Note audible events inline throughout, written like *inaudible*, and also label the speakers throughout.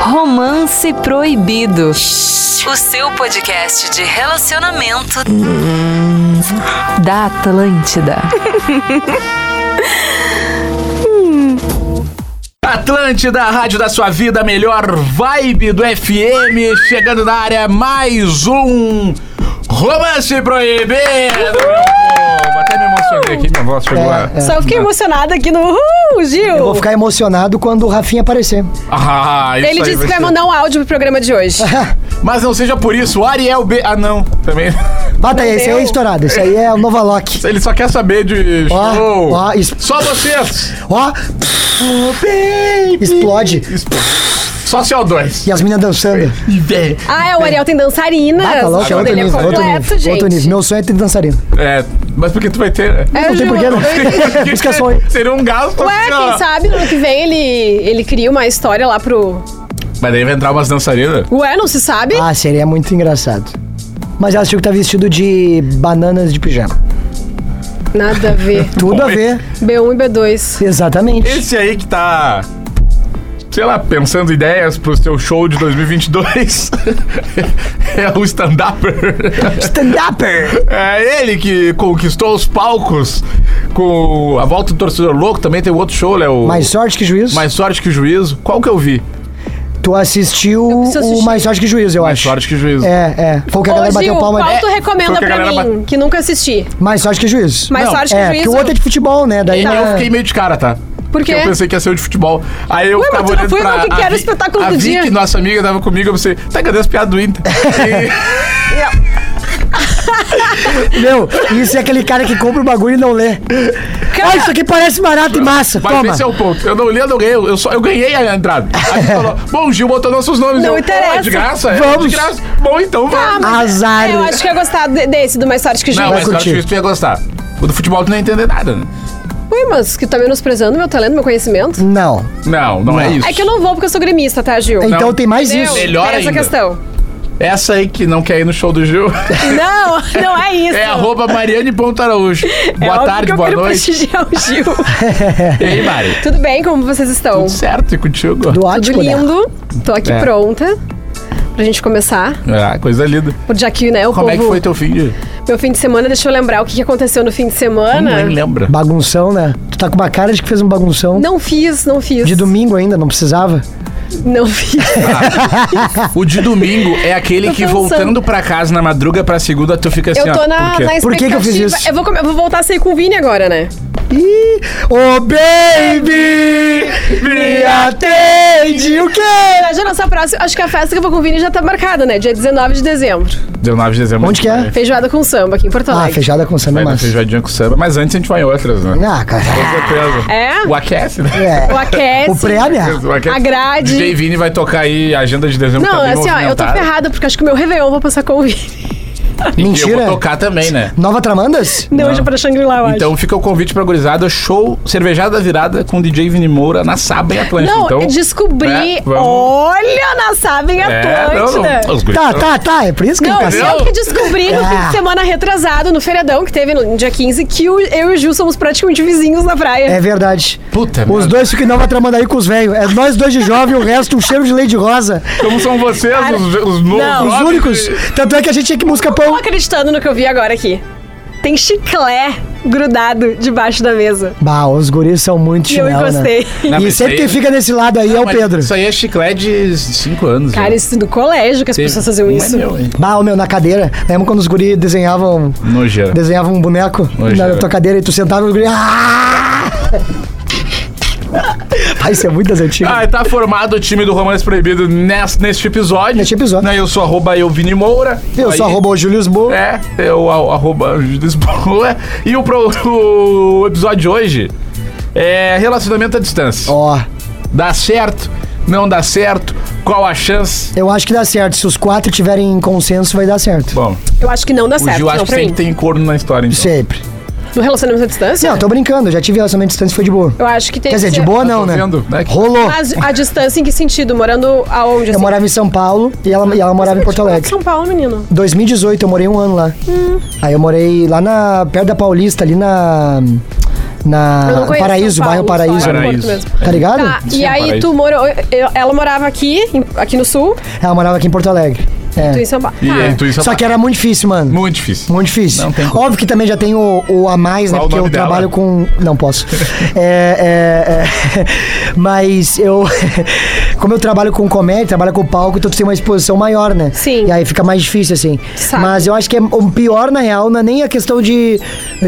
Speaker 1: Romance Proibido. O seu podcast de relacionamento da Atlântida.
Speaker 2: Atlântida, a rádio da sua vida, a melhor vibe do FM, chegando na área mais um Romance Proibido. meu povo. Até me emocionei aqui, minha voz chegou lá.
Speaker 3: Só eu fiquei emocionada aqui no Uhul, Gil.
Speaker 4: É. Eu vou ficar emocionado quando o Rafinha aparecer.
Speaker 2: Ah, isso
Speaker 3: Ele
Speaker 2: aí
Speaker 3: disse que vai
Speaker 2: ser.
Speaker 3: mandar um áudio pro programa de
Speaker 4: *laughs*
Speaker 3: hoje.
Speaker 2: Mas não seja por isso, o Ariel B. Ah, não, também. *laughs*
Speaker 4: Bata aí, esse aí é estourado. Esse aí é o Nova Loki.
Speaker 2: Ele só quer saber de
Speaker 4: Ó,
Speaker 2: show.
Speaker 4: ó, es-
Speaker 2: Só vocês.
Speaker 4: Ó,
Speaker 3: Oh,
Speaker 4: explode.
Speaker 2: Expo- Só CO2.
Speaker 4: E as meninas dançando.
Speaker 3: Ah, é, o Ariel tem dançarina.
Speaker 4: Ah, tá louco, é outro
Speaker 3: ele é
Speaker 4: nível. Outro
Speaker 3: completo,
Speaker 4: nível.
Speaker 3: gente.
Speaker 4: Outro nível. Meu sonho é ter dançarino.
Speaker 2: É, mas porque tu vai *laughs* ter.
Speaker 3: É,
Speaker 4: Não tem
Speaker 3: Gil,
Speaker 4: porquê, né? *laughs*
Speaker 3: eu-
Speaker 4: Isso que é sonho.
Speaker 2: Seria um gasto.
Speaker 3: Ué,
Speaker 2: assim, ó.
Speaker 3: quem sabe no ano que vem ele, ele cria uma história lá pro...
Speaker 2: Mas daí vai entrar umas dançarinas.
Speaker 3: Ué, não se sabe?
Speaker 4: Ah, seria muito engraçado. Mas ela achou que tá vestido de bananas de pijama.
Speaker 3: Nada a
Speaker 4: *laughs*
Speaker 3: ver.
Speaker 4: Tudo a
Speaker 2: Oi.
Speaker 4: ver.
Speaker 3: B1 e B2.
Speaker 4: Exatamente.
Speaker 2: Esse aí que tá. Sei lá, pensando ideias pro seu show de 2022. *laughs* é o stand-upper.
Speaker 4: Stand-upper.
Speaker 2: É ele que conquistou os palcos com a volta do torcedor louco. Também tem outro show, né? O
Speaker 4: Mais sorte que juízo.
Speaker 2: Mais sorte que juízo. Qual que eu vi?
Speaker 4: Tu assistiu
Speaker 3: preciso
Speaker 4: o
Speaker 3: assistir.
Speaker 4: Mais sorte que juízo, eu
Speaker 2: Mais
Speaker 4: acho.
Speaker 2: sorte que juízo.
Speaker 4: É, é. Foi o que a
Speaker 3: Ô,
Speaker 4: galera bateu
Speaker 3: Gil,
Speaker 4: palma.
Speaker 3: qual
Speaker 4: É,
Speaker 3: tu
Speaker 2: foi o que
Speaker 3: recomenda
Speaker 2: a
Speaker 3: pra mim,
Speaker 2: galera
Speaker 3: que nunca assisti?
Speaker 4: Mais sorte que juízo.
Speaker 3: Mais
Speaker 2: Não,
Speaker 3: sorte que
Speaker 4: É, porque
Speaker 3: juízo.
Speaker 4: o outro é de futebol, né? Daí
Speaker 2: Então
Speaker 4: tá-
Speaker 2: eu fiquei meio de cara, tá?
Speaker 3: Ah. Por quê?
Speaker 2: Porque eu pensei que ia ser o de futebol. Aí eu
Speaker 3: Ué, mas
Speaker 2: ficava
Speaker 3: tu não
Speaker 2: olhando
Speaker 3: foi
Speaker 2: pra
Speaker 3: no que que era o
Speaker 2: Vi-
Speaker 3: espetáculo
Speaker 2: a
Speaker 3: do
Speaker 2: Vi,
Speaker 3: dia?
Speaker 2: que nossa amiga tava comigo, eu pensei, tá, cadê as piadas do
Speaker 4: *laughs*
Speaker 2: Inter? E-
Speaker 4: Meu, isso é aquele cara que compra o bagulho e não lê. Ah, isso aqui parece barato e massa.
Speaker 2: Mas
Speaker 4: Toma.
Speaker 2: esse é o ponto. Eu não li, eu não ganhei. Eu, só, eu ganhei a entrada. Aí ele falou, bom, o Gil botou nossos nomes.
Speaker 3: Não
Speaker 2: Eu,
Speaker 3: interessa.
Speaker 2: "Oh, De graça? É,
Speaker 4: Vamos.
Speaker 2: De graça. Bom, então vamos.
Speaker 4: Azar.
Speaker 3: É, Eu acho que eu ia gostar de- desse, do Mais Sorte que Gil.
Speaker 2: não, mas eu acho
Speaker 4: curtir.
Speaker 2: que tu ia gostar. O do futebol tu não ia entender nada, né?
Speaker 3: Ui, mas que tá menosprezando meu talento, meu conhecimento?
Speaker 4: Não.
Speaker 2: Não, não, é
Speaker 4: Não.
Speaker 2: isso.
Speaker 3: É que eu não vou porque eu sou gremista, tá, Gil?
Speaker 4: Então
Speaker 2: Não.
Speaker 4: tem mais
Speaker 3: Entendeu?
Speaker 4: isso.
Speaker 2: Melhor
Speaker 3: É essa
Speaker 2: ainda.
Speaker 4: *laughs*
Speaker 3: questão.
Speaker 2: Essa aí que não quer ir no show do
Speaker 3: *laughs*
Speaker 2: Gil
Speaker 3: Não, não é isso.
Speaker 2: é arroba Mariane Pontaraújo.
Speaker 3: É
Speaker 2: boa
Speaker 3: óbvio que
Speaker 2: tarde,
Speaker 3: eu
Speaker 2: boa
Speaker 3: quero
Speaker 2: noite.
Speaker 3: prestigiar o Gil.
Speaker 2: *laughs* E aí, Mari?
Speaker 3: Tudo bem? Como vocês estão?
Speaker 2: Tudo certo e contigo?
Speaker 4: Do
Speaker 3: Tudo
Speaker 4: ótimo, né?
Speaker 3: lindo. Tô aqui
Speaker 2: É.
Speaker 3: pronta pra gente começar.
Speaker 2: Ah, coisa linda.
Speaker 3: Já que, né, o
Speaker 2: Como é que
Speaker 3: povo-
Speaker 2: foi teu fim de...
Speaker 3: Meu fim de semana, deixa eu lembrar o que que aconteceu no fim de semana.
Speaker 2: Nem lembra.
Speaker 4: Bagunção, né? Tu tá com uma cara de que fez um bagunção.
Speaker 3: Não fiz, não fiz.
Speaker 4: De domingo ainda, não precisava.
Speaker 3: Não fiz.
Speaker 2: O de domingo é aquele
Speaker 3: *laughs* Tô
Speaker 2: que
Speaker 3: pensando.
Speaker 2: voltando pra casa na madruga pra segunda, tu fica assim,
Speaker 3: Eu tô
Speaker 2: ó,
Speaker 3: na,
Speaker 2: por quê?
Speaker 3: na expectativa.
Speaker 4: Por que que eu fiz isso?
Speaker 3: Eu vou, come- eu vou voltar a sair com o Vini agora, né?
Speaker 4: Ih, ô baby, me atende. O quê?
Speaker 3: Imagina nossa próxima. Acho que a festa que eu vou com o Vini já tá marcada, né? Dia 19 de dezembro.
Speaker 2: 19 de dezembro.
Speaker 4: Onde que é?
Speaker 3: Feijoada com samba aqui em Porto
Speaker 4: Ah,
Speaker 3: Alegre.
Speaker 4: feijada com samba
Speaker 2: Vai
Speaker 4: é
Speaker 2: na
Speaker 4: massa.
Speaker 2: feijoadinha com samba, mas antes a gente vai em outras, né?
Speaker 4: Ah, cara.
Speaker 2: Com certeza.
Speaker 3: É?
Speaker 2: O aquece, né?
Speaker 4: É.
Speaker 3: O aquece.
Speaker 4: O pré né?
Speaker 2: O aquece.
Speaker 3: A grade.
Speaker 2: DJ Vini vai tocar aí a agenda de dezembro
Speaker 3: Não,
Speaker 2: tá bem
Speaker 3: assim, ó, eu tô
Speaker 2: movimentada.
Speaker 3: ferrada, porque acho que o meu Réveillon eu vou passar com o Vini.
Speaker 2: E eu
Speaker 4: Mentira.
Speaker 2: vou tocar também, né?
Speaker 4: Nova Tramandas?
Speaker 3: Não, hoje é pra Shangri-La, eu acho.
Speaker 2: Então fica o convite pra gurizada, show Cervejada da Virada com DJ Vini Moura na Saba em Atlântida.
Speaker 3: Não,
Speaker 2: então,
Speaker 3: eu descobri.
Speaker 2: É, vamos-
Speaker 3: Olha, na Sábia em
Speaker 2: É, não, não.
Speaker 3: Atlântida.
Speaker 2: Os guris-
Speaker 4: Tá, tá, tá. É por isso que
Speaker 3: Não,
Speaker 4: ele tá
Speaker 2: entendeu?
Speaker 3: eu que descobri no
Speaker 4: É.
Speaker 3: fim de semana retrasado, no feriadão que teve no dia 15, que o- eu e o Gil somos praticamente vizinhos na praia.
Speaker 4: É verdade.
Speaker 2: Puta
Speaker 4: Os
Speaker 2: merda.
Speaker 4: dois ficam em Nova Tramandaí com os velhos. É nós dois de jovem, o resto um cheiro de lei de rosa.
Speaker 2: Como são vocês,
Speaker 3: Cara,
Speaker 2: os, os novos?
Speaker 3: não.
Speaker 4: Os
Speaker 2: jovens?
Speaker 4: únicos. Tanto é que a gente tinha que música
Speaker 3: Tô
Speaker 4: pão.
Speaker 3: acreditando no que eu vi agora aqui. Tem chiclé grudado debaixo da mesa.
Speaker 4: Bah, os guris são muito
Speaker 3: E eu
Speaker 4: chinelo,
Speaker 3: encostei.
Speaker 4: Né?
Speaker 2: Não,
Speaker 4: E
Speaker 2: mas
Speaker 4: sempre
Speaker 2: isso aí-
Speaker 4: quem fica nesse lado aí é o
Speaker 2: Mas
Speaker 4: Pedro.
Speaker 2: Isso aí é chiclete de 5 anos.
Speaker 3: Cara,
Speaker 2: né?
Speaker 3: isso do colégio que as pessoas faziam
Speaker 2: Não é
Speaker 3: um isso.
Speaker 2: meu, hein?
Speaker 4: Bah, o meu, na cadeira. Lembra quando os guris desenhavam,
Speaker 2: Nojeira.
Speaker 4: desenhavam um boneco
Speaker 2: Nojeira.
Speaker 4: na tua cadeira e tu sentava e o guri. Ah! Pai, isso é muito das antigas.
Speaker 2: Ah, e tá formado o time do Romance Proibido neste, neste episódio.
Speaker 4: Neste episódio.
Speaker 2: Né, eu sou arroba eu, Vini Moura.
Speaker 4: eu sou
Speaker 2: Aí-
Speaker 4: arroba o Júlio Lisboa.
Speaker 2: É, eu a- arroba Lisboa. E o, pro- o episódio de hoje é relacionamento à distância.
Speaker 4: Ó,
Speaker 2: Dá certo? Não dá certo? Qual a chance?
Speaker 4: eu acho que dá certo. Se os quatro tiverem consenso, vai dar certo.
Speaker 2: Bom,
Speaker 3: Eu acho que não dá
Speaker 2: o
Speaker 3: certo,
Speaker 2: Gil
Speaker 3: não
Speaker 2: acho que
Speaker 3: pra mim.
Speaker 2: sempre tem corno na história. Então.
Speaker 4: Sempre.
Speaker 3: No relacionamento à distância?
Speaker 4: Não, tô brincando, eu já tive relacionamento à distância e foi de boa.
Speaker 3: Eu acho que tem
Speaker 4: Quer dizer,
Speaker 3: que
Speaker 4: de
Speaker 3: ser-
Speaker 4: boa
Speaker 2: Eu
Speaker 4: não,
Speaker 2: tô
Speaker 4: né?
Speaker 2: vendo, né, que-
Speaker 4: Rolou.
Speaker 3: Mas a distância em que sentido? Morando aonde?
Speaker 4: Eu
Speaker 3: assim? é
Speaker 4: morava em São Paulo e ela, e ela morava em Porto Alegre.
Speaker 3: São Paulo, menino.
Speaker 4: 2018, eu morei um ano lá. Aí eu morei lá na. perto da Paulista, ali na.
Speaker 3: Eu não
Speaker 4: Na
Speaker 3: conheço
Speaker 4: Paraíso,
Speaker 3: São Paulo,
Speaker 4: bairro Paraíso.
Speaker 3: só
Speaker 2: Paraíso.
Speaker 3: Porto mesmo.
Speaker 4: Tá ligado?
Speaker 3: Tá,
Speaker 2: Sim,
Speaker 3: e aí
Speaker 2: Paraíso.
Speaker 3: tu morou. eu- ela morava aqui, em- aqui no sul,
Speaker 4: Ela morava aqui em Porto Alegre. É.
Speaker 3: tu em São Paulo.
Speaker 2: E
Speaker 3: Tá.
Speaker 2: a intuição
Speaker 4: Só que era muito difícil, mano.
Speaker 2: muito difícil.
Speaker 4: Muito difícil.
Speaker 2: Não tem como.
Speaker 4: Óbvio que também já tem o, o a mais, né?
Speaker 2: Qual o
Speaker 4: Porque eu
Speaker 2: nome dela?
Speaker 4: trabalho com. Não posso. É, é, *laughs* é. Mas eu. *laughs* Como eu trabalho com comédia, trabalho com palco, então tu tem uma exposição maior, né?
Speaker 3: Sim.
Speaker 4: E aí fica mais difícil, assim.
Speaker 3: Sabe.
Speaker 4: Mas eu acho que é o pior, na real, não é nem a questão de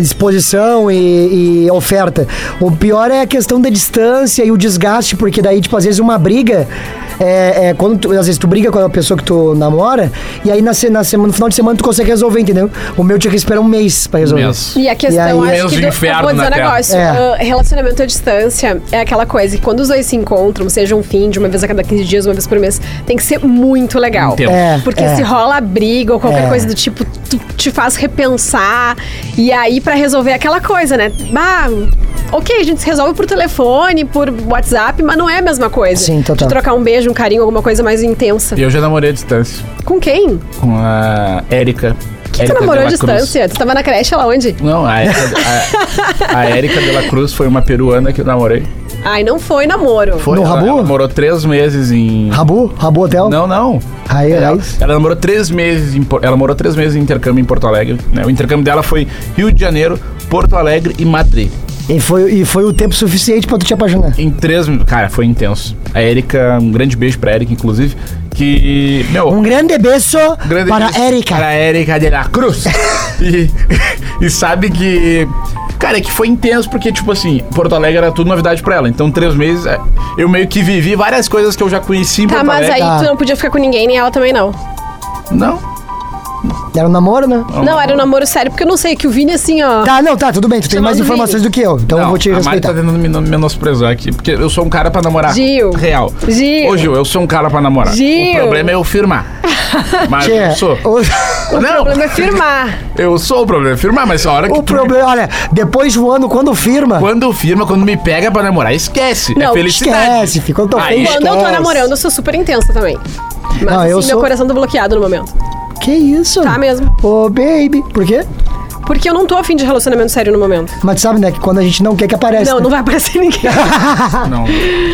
Speaker 4: exposição e, e oferta. O pior é a questão da distância e o desgaste, porque daí, tipo, às vezes uma briga. É, é, quando tu- às vezes tu briga com a pessoa que tu namora, e aí na, se- na semana, no final de semana tu consegue resolver, entendeu? O meu tinha que esperar um mês pra resolver.
Speaker 2: Imenso.
Speaker 3: E a questão,
Speaker 4: E aí-
Speaker 3: acho
Speaker 2: Menos
Speaker 3: que. Do,
Speaker 2: inferno
Speaker 3: eu vou dizer um
Speaker 2: na Terra.
Speaker 3: negócio.
Speaker 4: É.
Speaker 3: ah, relacionamento à distância é aquela coisa que quando os dois se encontram, seja um fim de uma vez a cada 15 dias, uma vez por mês, tem que ser muito legal.
Speaker 2: Intenso.
Speaker 4: É,
Speaker 3: Porque
Speaker 4: é.
Speaker 3: se rola briga ou qualquer
Speaker 4: É.
Speaker 3: coisa do tipo, tu te faz repensar. E aí, pra resolver aquela coisa, né? Ah, ok, a gente se resolve por telefone, por WhatsApp, mas não é a mesma coisa.
Speaker 4: Sim, total.
Speaker 3: De trocar um beijo, um carinho, alguma coisa mais intensa.
Speaker 2: Eu já namorei à distância
Speaker 3: Com quem?
Speaker 2: com a Érica.
Speaker 3: Que
Speaker 4: tá
Speaker 3: tu namorou à distância? Tu tava na creche, ela onde?
Speaker 2: Não, a Érica, a, a Érica de la Cruz foi uma peruana que eu namorei.
Speaker 3: Ai, não foi namoro.
Speaker 2: Foi,
Speaker 4: No
Speaker 2: ela,
Speaker 4: Rabu?
Speaker 2: ela namorou três meses em...
Speaker 4: Rabu? É, Rabu Hotel?
Speaker 2: Não, É. não.
Speaker 4: Aí,
Speaker 2: ela,
Speaker 4: aí.
Speaker 2: ela namorou três meses em, Por- ela morou três meses em intercâmbio em Porto Alegre. né? O intercâmbio dela foi Rio de Janeiro, Porto Alegre e Madrid.
Speaker 4: E foi, e foi o tempo suficiente pra tu te apaixonar.
Speaker 2: Em três minutos. Cara, foi intenso. A Erika, um grande beijo pra Erika, inclusive. Que. Meu.
Speaker 4: Um grande beijo
Speaker 2: grande
Speaker 4: para
Speaker 2: beijo
Speaker 4: Erika.
Speaker 2: Para a Erika de la
Speaker 4: *laughs*
Speaker 2: Cruz. e, e sabe que. Cara, é que foi intenso porque, tipo assim, Porto Alegre era tudo novidade pra ela. Então, três meses, é, eu meio que vivi várias coisas que eu já conheci em
Speaker 3: Tá,
Speaker 2: Porto
Speaker 3: mas aí
Speaker 2: Alegre.
Speaker 4: Tá.
Speaker 3: tu não podia ficar com ninguém, nem ela também não.
Speaker 2: Não.
Speaker 4: Então, Era um namoro, né?
Speaker 3: não, era um namoro sério, porque eu não sei, que o Vini assim, ó.
Speaker 4: Tá, não, tá, tudo bem. Tu tem
Speaker 3: Chamando
Speaker 4: mais
Speaker 3: o
Speaker 4: informações do que eu, então eu
Speaker 2: Não,
Speaker 4: vou te
Speaker 2: a Mari tá
Speaker 4: respeitar.
Speaker 2: tentando me men- menosprezar aqui, porque eu sou um cara pra namorar.
Speaker 3: Gil.
Speaker 2: Real.
Speaker 3: Gil.
Speaker 2: Ô, Gil, eu sou um cara pra namorar.
Speaker 3: Gil.
Speaker 2: O problema é eu
Speaker 3: *laughs*
Speaker 2: firmar. Mas
Speaker 4: Tchê,
Speaker 2: eu sou. *laughs*
Speaker 4: o-
Speaker 3: O
Speaker 2: Não.
Speaker 3: problema é
Speaker 4: *laughs*
Speaker 3: firmar.
Speaker 2: *laughs* Eu sou o problema, é firmar, mas a hora que
Speaker 4: o,
Speaker 2: tu
Speaker 4: problema, olha, depois do ano, quando firma,
Speaker 2: Quando firma, quando me pega pra namorar, esquece. é
Speaker 3: Não,
Speaker 2: felicidade.
Speaker 4: esquece, fica tô
Speaker 2: Aí-
Speaker 4: feio.
Speaker 3: Quando eu tô
Speaker 4: esquece.
Speaker 3: namorando, eu sou super intensa também. Mas
Speaker 4: Não,
Speaker 3: assim,
Speaker 4: eu
Speaker 3: meu
Speaker 4: sou-
Speaker 3: coração tá bloqueado no momento.
Speaker 4: Que isso?
Speaker 3: Tá mesmo.
Speaker 4: Ô, baby. Por quê?
Speaker 3: Porque eu não tô afim de relacionamento sério no momento.
Speaker 4: Mas tu sabe, né, que quando a gente não quer que aparece.
Speaker 3: Não,
Speaker 4: né?
Speaker 3: não vai aparecer *laughs*
Speaker 4: *laughs*
Speaker 3: ninguém.
Speaker 2: Não,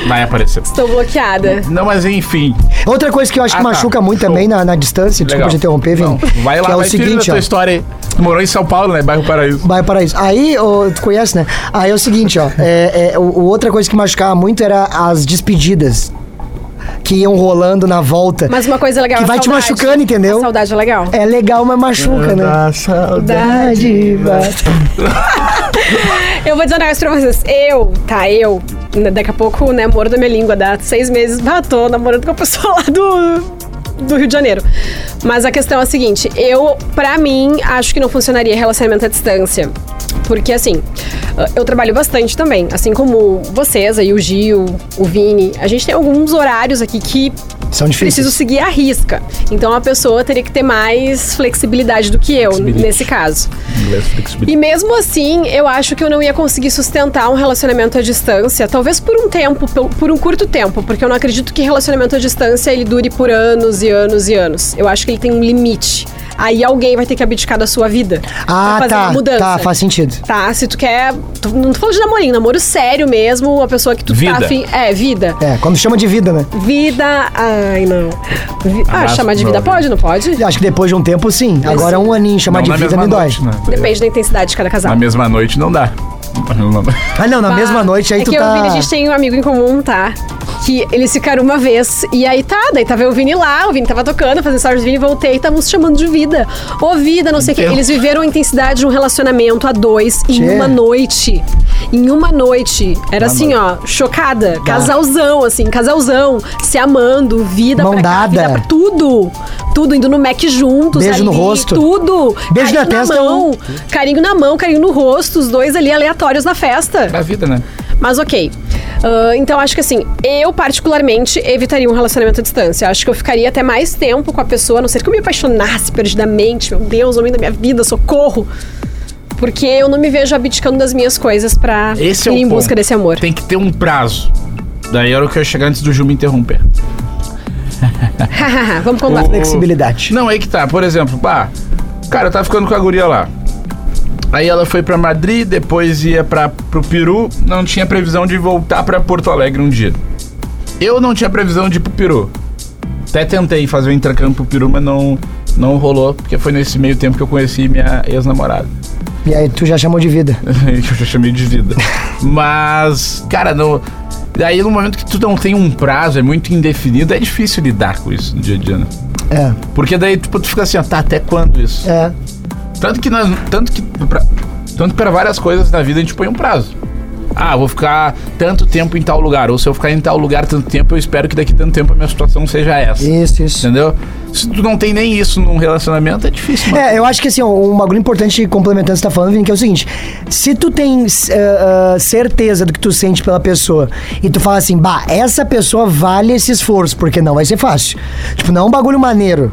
Speaker 2: vai aparecer.
Speaker 3: Estou bloqueada.
Speaker 2: Não, mas enfim.
Speaker 4: Outra coisa que eu acho que
Speaker 2: Ah, tá.
Speaker 4: machuca muito
Speaker 2: Show.
Speaker 4: também na, na distância,
Speaker 2: legal.
Speaker 4: desculpa te interromper, Vini.
Speaker 2: Não, vai lá,
Speaker 4: que é o
Speaker 2: vai seguinte,
Speaker 4: seguinte,
Speaker 2: tua
Speaker 4: ó.
Speaker 2: história aí. Tu morou em São Paulo, né? Bairro Paraíso.
Speaker 4: Bairro Paraíso. Aí, ô, tu conhece, né? Aí é o seguinte, ó. É, é, o, o outra coisa que machucava muito era as despedidas que iam rolando na volta.
Speaker 3: Mas uma coisa legal
Speaker 4: Que
Speaker 3: a
Speaker 4: vai te
Speaker 3: saudade.
Speaker 4: machucando, entendeu?
Speaker 3: A saudade é legal.
Speaker 4: É legal, mas machuca, né?
Speaker 2: Ah,
Speaker 3: saudade
Speaker 4: bate.
Speaker 3: Eu vou dizer um negócio pra vocês. Eu, tá, eu, né, daqui a pouco, né, moro da minha língua, dá seis meses, ah, tô namorando com a pessoa lá do. Do Rio de Janeiro. Mas a questão é a seguinte: eu, pra mim, acho que não funcionaria relacionamento à distância. Porque, assim, eu trabalho bastante também. Assim como vocês aí, o Gil, o Vini. A gente tem alguns horários aqui que
Speaker 4: São difíceis.
Speaker 3: preciso seguir a risca. Então a pessoa teria que ter mais flexibilidade do que eu,
Speaker 2: Flexibilidade.
Speaker 3: nesse caso.
Speaker 2: Inglês, flexibilidade.
Speaker 3: E mesmo assim, eu acho que eu não ia conseguir sustentar um relacionamento à distância, talvez por um tempo, por, por um curto tempo, porque eu não acredito que relacionamento à distância ele dure por anos e anos e anos. Eu acho que ele tem um limite. Aí alguém vai ter que abdicar da sua vida.
Speaker 4: Ah,
Speaker 3: pra fazer
Speaker 4: tá.
Speaker 3: uma mudança.
Speaker 4: Tá, faz sentido.
Speaker 3: Tá, se tu quer. tu- não tô falando de namorinho, namoro sério mesmo, uma pessoa que tu
Speaker 2: Vida.
Speaker 3: tá afim. É, vida.
Speaker 4: É, quando chama de vida, né?
Speaker 3: Vida. Ai, não. Vi- ah,
Speaker 2: Abraço
Speaker 3: chamar de
Speaker 2: pro
Speaker 3: vida
Speaker 2: meu
Speaker 3: pode, não pode?
Speaker 4: Eu Acho que depois de um tempo, sim. Agora um aninho, chamar
Speaker 2: Não
Speaker 4: de
Speaker 2: na
Speaker 4: vida
Speaker 2: mesma
Speaker 4: me dói.
Speaker 2: noite, né?
Speaker 3: Depende da intensidade de cada casal.
Speaker 2: Na mesma noite não dá.
Speaker 4: Ah, não, na
Speaker 3: Bah,
Speaker 4: mesma noite aí
Speaker 3: é
Speaker 4: tu
Speaker 3: que eu e o
Speaker 4: tá.
Speaker 3: Vini, a gente tem um amigo em comum, tá? Que eles ficaram uma vez. E aí tá, daí tava eu e o Vini lá, o Vini tava tocando, fazendo stories do Vini, voltei, estavam se chamando de vida. Ô, vida, não sei o quê.
Speaker 2: Entendo.
Speaker 3: Eles viveram a intensidade de um relacionamento a dois em
Speaker 4: Tchê.
Speaker 3: uma noite. Em uma noite. Era assim, ó, chocada. Casalzão, assim, casalzão, se amando, vida
Speaker 4: Mão
Speaker 3: pra cá,
Speaker 4: dada.
Speaker 3: vida pra tudo. Tudo, indo no Mac juntos,
Speaker 4: Beijo no
Speaker 3: ali,
Speaker 4: rosto.
Speaker 3: tudo.
Speaker 4: Beijo na
Speaker 3: Carinho
Speaker 4: testa,
Speaker 3: mão, carinho na mão, carinho no rosto, os dois ali aleatórios na festa.
Speaker 2: *laughs* Da vida, né?
Speaker 3: Mas ok. Ah, então acho que assim, eu particularmente evitaria um relacionamento à distância. Acho que eu ficaria até mais tempo com a pessoa, a não ser que eu me apaixonasse perdidamente. Meu Deus, homem da minha vida, socorro! Porque eu não me vejo abdicando das minhas coisas pra
Speaker 2: Esse
Speaker 3: ir
Speaker 2: é o
Speaker 3: em
Speaker 2: ponto.
Speaker 3: busca desse amor.
Speaker 2: Tem que ter um prazo. Daí era o que eu ia chegar antes do Gil me interromper.
Speaker 3: Hahaha, *laughs* Vamos contar.
Speaker 2: O- é
Speaker 4: Flexibilidade.
Speaker 2: Não, aí que tá. Por exemplo, pá, cara, eu tava ficando com a guria lá. Aí ela foi pra Madrid, depois ia para pro Peru, não tinha previsão de voltar pra Porto Alegre um dia. Eu não tinha previsão de ir pro Peru. Até tentei fazer o intercâmbio pro Peru, mas não não rolou, porque foi nesse meio tempo que eu conheci minha ex-namorada. *laughs*
Speaker 4: E aí tu já chamou de vida.
Speaker 2: eu já chamei de vida. Mas, cara, no, aí no momento que tu não tem um prazo, é muito indefinido, é difícil lidar com isso no dia a dia, né?
Speaker 4: É,
Speaker 2: Porque daí tipo, tu fica assim, ó, tá, até quando isso?
Speaker 4: é.
Speaker 2: Tanto que nós. Tanto que. Pra, tanto que pra várias coisas na vida a gente põe um prazo. Ah, vou ficar tanto tempo em tal lugar. Ou se eu ficar em tal lugar tanto tempo, eu espero que daqui tanto tempo a minha situação seja essa.
Speaker 4: Isso, isso.
Speaker 2: Entendeu? Se tu não tem nem isso num relacionamento, é difícil, mano.
Speaker 4: É, eu acho que assim, um bagulho importante complementando o que você tá falando, Vini, que é o seguinte: se tu tem eh, eh, certeza do que tu sente pela pessoa e tu fala assim, bah, essa pessoa vale esse esforço, porque não vai ser fácil. Tipo, não é um bagulho maneiro.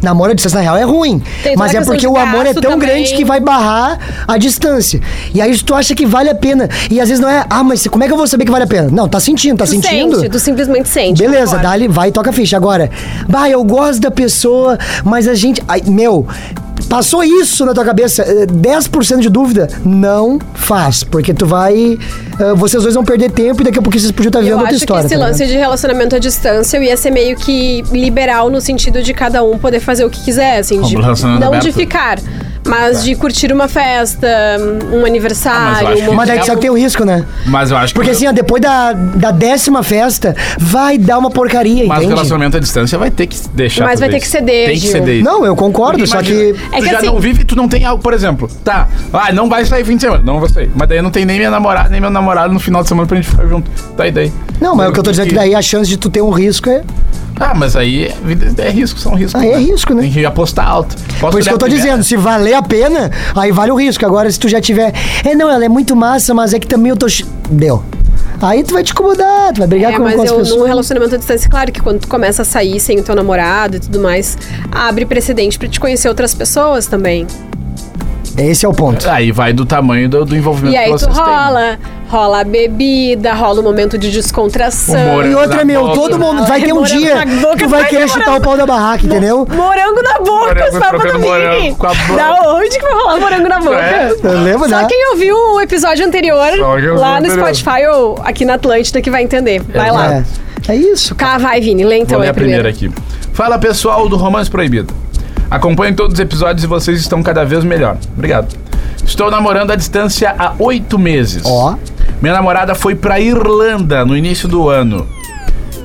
Speaker 4: Namoro à distância na real é ruim.
Speaker 3: Tem toda a
Speaker 4: Mas é
Speaker 3: questão de
Speaker 4: porque o amor é
Speaker 3: gasto
Speaker 4: tão
Speaker 3: também.
Speaker 4: grande que vai barrar a distância. E aí tu acha que vale a pena. E às vezes não é, ah, mas como é que eu vou saber que vale a pena? Não, tá sentindo, tá
Speaker 3: Tu
Speaker 4: sentindo.
Speaker 3: sente, tu simplesmente sente.
Speaker 2: Tipo,
Speaker 4: Beleza,
Speaker 3: Agora.
Speaker 4: dali, vai, toca a ficha. Agora, bah, eu gosto da pessoa, mas a gente. ai, meu, passou isso na tua cabeça, eh, 10% de dúvida, não faz. Porque tu vai. eh, vocês dois vão perder tempo e daqui a pouco vocês podiam estar vivendo
Speaker 3: Eu
Speaker 4: outra
Speaker 3: acho
Speaker 4: história.
Speaker 3: que esse
Speaker 4: tá
Speaker 3: lance de relacionamento à distância eu ia ser meio que liberal no sentido de cada um poder fazer o que quiser, assim,
Speaker 2: Como
Speaker 3: de,
Speaker 2: relacionamento
Speaker 3: não de
Speaker 2: aberto. Tá.
Speaker 3: ficar, mas de curtir uma festa, um
Speaker 2: Ah, mas eu
Speaker 3: aniversário,
Speaker 2: acho que
Speaker 3: uma
Speaker 4: mas daí tu sabe que tem o risco, né?
Speaker 2: Mas eu acho que.
Speaker 4: Porque
Speaker 2: eu-
Speaker 4: assim, ó, depois da, da décima festa, vai dar uma porcaria,
Speaker 2: Mas o
Speaker 4: entende?
Speaker 2: relacionamento à distância vai ter que deixar.
Speaker 3: Mas vai
Speaker 2: tudo
Speaker 3: ter
Speaker 2: isso.
Speaker 3: que ceder,
Speaker 2: Tem que
Speaker 3: Gil.
Speaker 2: ceder. isso.
Speaker 4: Não, eu concordo,
Speaker 2: Porque
Speaker 4: só que.
Speaker 2: imagina,
Speaker 3: É
Speaker 2: tu
Speaker 3: que
Speaker 2: já
Speaker 3: assim-
Speaker 2: não vive, tu não tem algo, por exemplo, tá, ah, não vai sair fim de semana, não vou sair. Mas daí eu não tem nem minha namorada, nem meu namorado no final de semana pra gente ficar junto. Tá aí daí.
Speaker 4: Não, mas o que eu tô dizendo é que daí a chance de tu ter um risco é.
Speaker 2: Ah, mas aí é, vida- é risco, são riscos.
Speaker 4: Aí é risco, né?
Speaker 2: Tem que apostar alto. Posso
Speaker 4: Por isso que eu tô
Speaker 2: olhar primeiro.
Speaker 4: dizendo, se valer a pena, aí vale o risco. Agora, se tu já tiver. É, não, ela é muito massa, mas é que também eu tô. chi- Deu. Aí tu vai te incomodar, tu vai brigar
Speaker 3: É,
Speaker 4: com,
Speaker 3: mas
Speaker 4: com as
Speaker 3: eu, num
Speaker 4: pessoas.
Speaker 3: relacionamento à distância, claro que quando tu começa a sair sem o teu namorado e tudo mais, abre precedente pra te conhecer outras pessoas também.
Speaker 4: Esse é o ponto.
Speaker 2: Aí vai do tamanho do, do envolvimento
Speaker 3: E aí
Speaker 2: que
Speaker 3: tu
Speaker 2: vocês têm.
Speaker 3: rola, rola a bebida, rola o momento de descontração.
Speaker 2: Humor. né?
Speaker 4: E outra, meu,
Speaker 2: Não,
Speaker 4: todo
Speaker 2: não.
Speaker 4: mundo vai ter um
Speaker 3: Morango
Speaker 4: dia
Speaker 3: na boca,
Speaker 4: que tu vai
Speaker 3: vai
Speaker 4: querer
Speaker 3: ter
Speaker 4: chutar o pau da barraca, entendeu?
Speaker 3: Morango na boca,
Speaker 2: Morango,
Speaker 3: os papas do
Speaker 2: trocando morango
Speaker 3: Vini.
Speaker 2: com a boca.
Speaker 3: Da onde que vai rolar morango na boca?
Speaker 2: É,
Speaker 4: Eu lembro,
Speaker 3: Só
Speaker 4: né?
Speaker 3: quem ouviu o episódio anterior,
Speaker 2: Só quem ouviu
Speaker 3: lá
Speaker 2: o
Speaker 3: no
Speaker 2: anterior.
Speaker 3: Spotify ou aqui na Atlântida, que vai entender. Vai lá.
Speaker 4: É. é isso.
Speaker 3: Cá, vai, Vini, lê então
Speaker 2: Vou ler
Speaker 3: aí
Speaker 2: a primeira aqui. Fala pessoal do Romance Proibido. Acompanho todos os episódios e vocês estão cada vez melhor. Obrigado. Estou namorando à distância há oito meses.
Speaker 4: Ó.
Speaker 2: Minha namorada foi pra Irlanda no início do ano.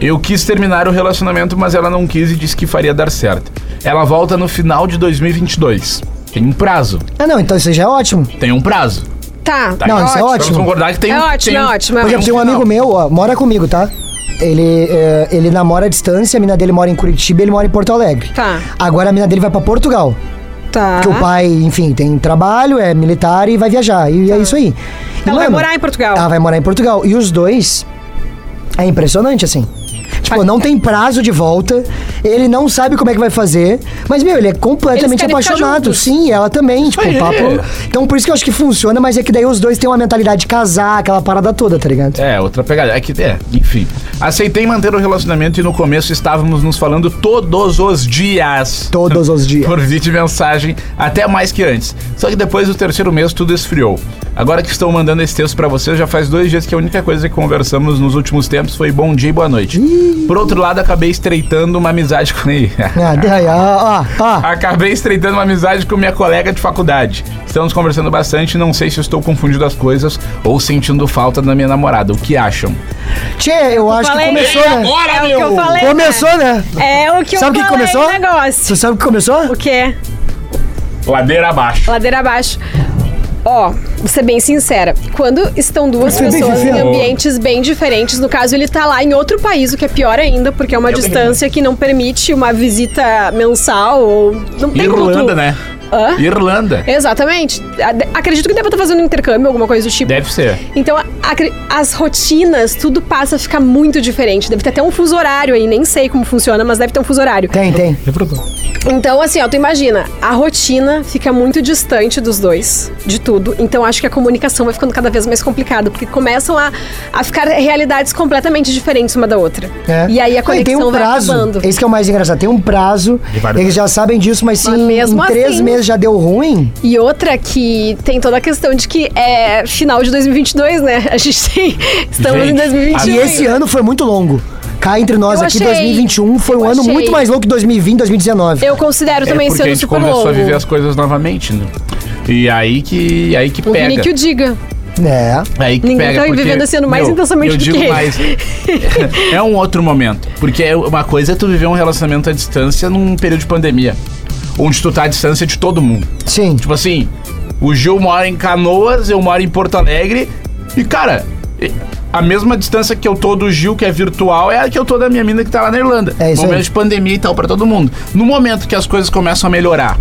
Speaker 2: Eu quis terminar o relacionamento, mas ela não quis e disse que faria dar certo. Ela volta no final de 2022. Tem um prazo.
Speaker 4: Ah, não, então isso já é ótimo.
Speaker 2: Tem um prazo.
Speaker 3: Tá,
Speaker 2: Tá,
Speaker 4: Não, isso é
Speaker 2: Vamos
Speaker 4: ótimo.
Speaker 2: concordar que tem
Speaker 3: É
Speaker 2: um
Speaker 3: ótimo,
Speaker 2: tem um-
Speaker 3: é ótimo, é
Speaker 4: Por
Speaker 3: ótimo.
Speaker 4: exemplo, tem um amigo meu, ó, mora comigo, tá? Ele, eh, ele namora à distância, a mina dele mora em Curitiba e ele mora em Porto Alegre.
Speaker 3: Tá.
Speaker 4: Agora a mina dele vai pra Portugal.
Speaker 3: Tá.
Speaker 4: Que o pai, enfim, tem trabalho, é militar e vai viajar. E é isso aí. E,
Speaker 3: Ela Tá. vai morar em Portugal.
Speaker 4: Ela vai morar em Portugal. E os dois. É impressionante, assim. Tipo, não tem prazo de volta, ele não sabe como é que vai fazer, mas, meu, ele é
Speaker 3: Eles
Speaker 4: completamente
Speaker 3: querem ficar
Speaker 4: apaixonado.
Speaker 3: juntos. é.
Speaker 4: Sim, ela também, tipo,
Speaker 2: aí.
Speaker 4: o papo. Então, por isso que eu acho que funciona, mas é que daí os dois têm uma mentalidade de casar, aquela parada toda, tá ligado?
Speaker 2: É, outra pegada. É que, é, enfim. Aceitei manter o relacionamento e no começo estávamos nos falando todos os dias.
Speaker 4: Todos os dias.
Speaker 2: *laughs* Por vídeo e mensagem, até mais que antes. Só que depois do terceiro mês tudo esfriou. Agora que estou mandando esse texto pra vocês, já faz dois dias que a única coisa que conversamos nos últimos tempos foi bom dia e boa noite. Por outro lado, acabei estreitando uma amizade com ele.
Speaker 4: Ah, daí, ó, ó, ó.
Speaker 2: Acabei estreitando uma amizade com minha colega de faculdade. Estamos conversando bastante, não sei se eu estou confundindo as coisas ou sentindo falta da minha namorada. O que acham?
Speaker 4: Tchê, eu acho que
Speaker 3: falei.
Speaker 4: começou, né?
Speaker 2: Agora,
Speaker 3: é o que eu falei. né?
Speaker 4: Começou, né?
Speaker 3: É o que eu
Speaker 4: Sabe o
Speaker 3: falei
Speaker 4: que começou?
Speaker 3: o negócio.
Speaker 4: Tu sabe o que começou?
Speaker 3: O quê?
Speaker 2: Ladeira abaixo.
Speaker 3: Ladeira abaixo. Ó, vou ser bem sincera. Quando estão duas
Speaker 4: ser bem
Speaker 3: pessoas em
Speaker 4: sincero.
Speaker 3: ambientes bem diferentes, no caso ele tá lá em outro país, o que é pior ainda, porque é uma distância que não permite uma visita mensal ou. Não tem
Speaker 2: Irlanda,
Speaker 3: outro-
Speaker 2: né?
Speaker 3: Hã?
Speaker 2: Irlanda.
Speaker 3: Exatamente. Ad- Acredito que deve estar fazendo um intercâmbio, alguma coisa do tipo.
Speaker 2: Deve ser.
Speaker 3: Então, a- acre- as rotinas, tudo passa a ficar muito diferente. Deve ter até um fuso horário aí, nem sei como funciona, mas deve ter um fuso horário.
Speaker 4: Tem, tem.
Speaker 3: Então, assim, ó, tu imagina, a rotina fica muito distante dos dois, de tudo. Então, a acho que a comunicação vai ficando cada vez mais complicada, porque começam a, a ficar realidades completamente diferentes uma da outra.
Speaker 4: É.
Speaker 3: E aí a
Speaker 4: Não, e tem
Speaker 3: conexão
Speaker 4: um
Speaker 3: vai
Speaker 4: prazo.
Speaker 3: acabando.
Speaker 4: Esse que é o mais engraçado. Tem um prazo.
Speaker 2: De validade.
Speaker 4: Eles já sabem disso, mas se
Speaker 3: Mas
Speaker 4: em-
Speaker 3: mesmo
Speaker 4: em três
Speaker 3: assim-
Speaker 4: meses já deu ruim,
Speaker 3: E outra que tem toda a questão de que é final de 2022, né? A gente tem. Estamos
Speaker 2: Gente,
Speaker 3: em
Speaker 2: a-
Speaker 4: E
Speaker 3: 2021.
Speaker 4: esse ano foi muito longo. Cá entre nós
Speaker 3: Eu
Speaker 4: aqui,
Speaker 3: achei.
Speaker 4: 2021 foi um
Speaker 3: Eu
Speaker 4: ano
Speaker 3: achei.
Speaker 4: muito mais louco que 2020, 2019.
Speaker 3: Eu considero também
Speaker 2: é
Speaker 3: esse
Speaker 2: porque a
Speaker 3: ano
Speaker 2: gente
Speaker 3: super
Speaker 2: começou
Speaker 3: longo.
Speaker 2: a viver as coisas novamente, né? E aí que, aí que
Speaker 3: O
Speaker 2: pega.
Speaker 3: Vini que o diga.
Speaker 4: É.
Speaker 2: Aí que
Speaker 3: Ninguém
Speaker 2: pega,
Speaker 3: tá
Speaker 2: porque,
Speaker 3: vivendo esse ano mais
Speaker 2: meu,
Speaker 3: intensamente
Speaker 2: eu
Speaker 3: do
Speaker 2: digo
Speaker 3: que ele. *laughs*
Speaker 2: mais. é um outro momento. Porque é uma coisa é tu viver um relacionamento à distância num período de pandemia. Onde tu tá à distância de todo mundo.
Speaker 4: Sim.
Speaker 2: Tipo assim, o Gil mora em Canoas, eu moro em Porto Alegre. E, cara, a mesma distância que eu tô do Gil, que é virtual, é a que eu tô da minha mina que tá lá na Irlanda.
Speaker 4: É isso aí.
Speaker 2: momento de pandemia e tal pra todo mundo. No momento que as coisas começam a melhorar,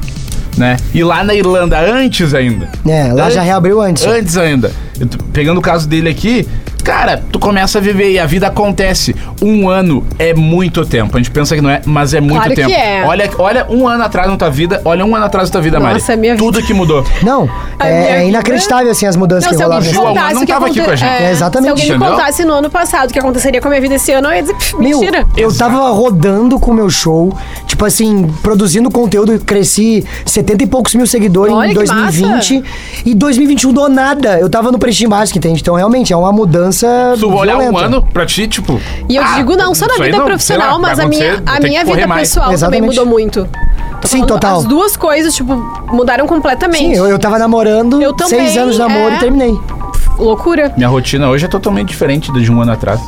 Speaker 2: né? E lá na Irlanda, antes ainda.
Speaker 4: É, lá já reabriu antes.
Speaker 2: Antes ainda. Eu tô pegando o caso dele aqui, cara, tu começa a viver e a vida acontece. Um ano é muito tempo. A gente pensa que não é, mas é muito
Speaker 3: Claro que
Speaker 2: tempo.
Speaker 3: é.
Speaker 2: Olha, olha um ano atrás na tua vida, olha um ano atrás na tua vida, Mari.
Speaker 3: Nossa, a minha
Speaker 2: Tudo que
Speaker 4: *laughs*
Speaker 2: mudou.
Speaker 4: Não,
Speaker 3: A minha
Speaker 4: é, é
Speaker 3: vida-
Speaker 4: inacreditável assim as
Speaker 3: Não,
Speaker 4: mudanças
Speaker 3: é um
Speaker 4: que
Speaker 3: se alguém me
Speaker 4: rolaram.
Speaker 2: Gil Amar
Speaker 3: contasse
Speaker 2: não
Speaker 3: o que
Speaker 2: tava aqui com a
Speaker 3: aconte-
Speaker 2: gente.
Speaker 3: é,
Speaker 4: É, exatamente.
Speaker 3: Se alguém me
Speaker 2: Entendeu?
Speaker 3: contasse no ano passado o que aconteceria com a minha vida esse ano, eu ia dizer, "Pff,
Speaker 4: Meu,
Speaker 3: mentira.
Speaker 4: eu tava rodando com o meu show, tipo assim, produzindo conteúdo, cresci 70 e poucos mil seguidores
Speaker 3: Olha
Speaker 4: em
Speaker 3: que
Speaker 4: 2020 e 2021 do nada. Eu tava no Prestige Mágica, entende? Então realmente é uma mudança
Speaker 2: Tu olhar um
Speaker 4: violenta.
Speaker 2: ano pra ti, tipo.
Speaker 3: E eu
Speaker 2: ah,
Speaker 3: digo não só na
Speaker 2: isso aí
Speaker 3: vida
Speaker 2: não,
Speaker 3: profissional,
Speaker 2: sei lá,
Speaker 3: mas
Speaker 2: vai
Speaker 3: a minha,
Speaker 2: acontecer,
Speaker 3: a
Speaker 2: vou ter
Speaker 3: minha
Speaker 2: que correr
Speaker 3: vida
Speaker 2: mais.
Speaker 3: pessoal
Speaker 4: Exatamente.
Speaker 3: também mudou muito. Tô
Speaker 4: Sim,
Speaker 3: falando,
Speaker 4: total.
Speaker 3: As duas coisas, tipo, mudaram completamente.
Speaker 4: Sim, eu, eu tava namorando,
Speaker 3: Eu também,
Speaker 4: seis anos de namoro
Speaker 3: é.
Speaker 4: e terminei.
Speaker 3: Loucura.
Speaker 2: Minha rotina hoje é totalmente diferente da de um ano atrás.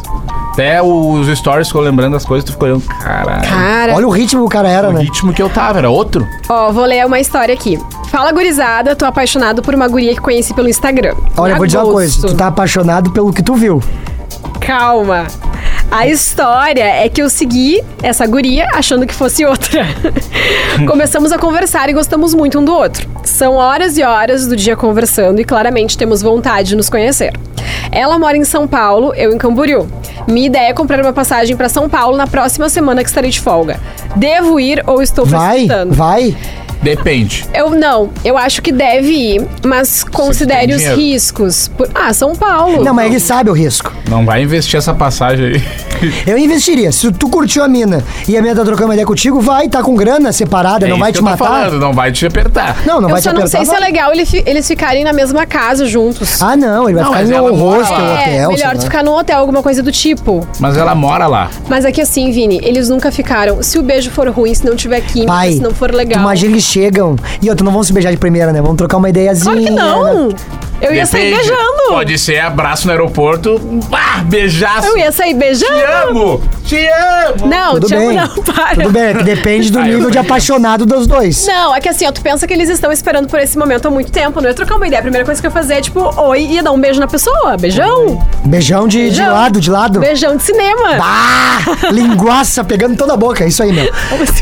Speaker 2: Até os stories ficou lembrando as coisas, tu ficou olhando, caralho.
Speaker 3: Cara,
Speaker 4: Olha o ritmo que o cara era,
Speaker 2: o
Speaker 4: né?
Speaker 2: ritmo que eu tava, era outro.
Speaker 3: ó, vou ler uma história aqui. Fala, gurizada, tô apaixonado por uma guria que conheci pelo Instagram.
Speaker 4: Olha, eu vou dizer uma
Speaker 3: Agosto.
Speaker 4: coisa. Tu tá apaixonado pelo que tu viu.
Speaker 3: Calma. A história é que eu segui essa guria achando que fosse
Speaker 4: *laughs*
Speaker 3: outra. Começamos a conversar e gostamos muito um do outro. São horas e horas do dia conversando e claramente temos vontade de nos conhecer. Ela mora em São Paulo, eu em Camboriú. Minha ideia é comprar uma passagem para São Paulo na próxima semana que estarei de folga. Devo ir ou estou
Speaker 4: Vai,
Speaker 3: precipitando?
Speaker 4: vai.
Speaker 2: Depende.
Speaker 3: Eu não, eu acho que deve ir, mas considere os
Speaker 2: dinheiro.
Speaker 3: riscos. Por- Ah, São Paulo.
Speaker 4: Não, mas ele sabe o risco.
Speaker 2: Não vai investir essa passagem aí.
Speaker 4: Eu investiria. Se tu curtiu a mina e a mina tá trocando uma ideia contigo, vai, tá com grana separada,
Speaker 2: É
Speaker 4: não
Speaker 2: isso
Speaker 4: vai
Speaker 2: que
Speaker 4: te
Speaker 2: eu tô
Speaker 4: matar.
Speaker 2: falando, não vai te apertar.
Speaker 4: Não, não
Speaker 3: eu
Speaker 4: vai te
Speaker 3: só
Speaker 4: apertar.
Speaker 3: não sei se é
Speaker 4: vai.
Speaker 3: legal ele fi- eles ficarem na mesma casa juntos.
Speaker 4: Ah, não, ele vai
Speaker 2: Não, mas
Speaker 4: ficar em
Speaker 2: ela
Speaker 4: um
Speaker 2: mora
Speaker 4: hostel,
Speaker 2: lá.
Speaker 4: hotel.
Speaker 3: é,
Speaker 4: sei
Speaker 3: melhor
Speaker 4: lá.
Speaker 3: tu ficar num hotel, alguma coisa do tipo.
Speaker 2: Mas ela mora lá.
Speaker 3: Mas aqui assim, Vini, eles nunca ficaram. Se o beijo for ruim, se não tiver química,
Speaker 4: Pai,
Speaker 3: se não for legal.
Speaker 4: tu imagina que eles chegam. E outro, não vão se beijar de primeira, né? Vão trocar uma ideiazinha.
Speaker 3: Claro que não! Eu ia sair
Speaker 2: Depende.
Speaker 3: beijando!
Speaker 2: Pode ser abraço no aeroporto, bah, beijaço.
Speaker 3: Eu ia sair beijando!
Speaker 2: Te amo! Te amo!
Speaker 3: Não,
Speaker 4: Tudo
Speaker 3: te amo,
Speaker 4: bem.
Speaker 3: não, para!
Speaker 4: Tudo bem, é que
Speaker 2: *laughs*
Speaker 4: depende do
Speaker 2: Ah, eu
Speaker 4: nível de
Speaker 2: também.
Speaker 4: apaixonado dos dois.
Speaker 3: Não, é que assim, ó, tu pensa que eles estão esperando por esse momento há muito tempo, não é trocar uma ideia. A primeira coisa que eu ia fazer é tipo, oi, e ia dar um beijo na pessoa. Beijão!
Speaker 4: Beijão de, de
Speaker 3: Beijão.
Speaker 4: lado, de lado.
Speaker 3: Beijão de cinema! *laughs*
Speaker 4: Ah, linguaça pegando toda a boca. Isso aí, meu.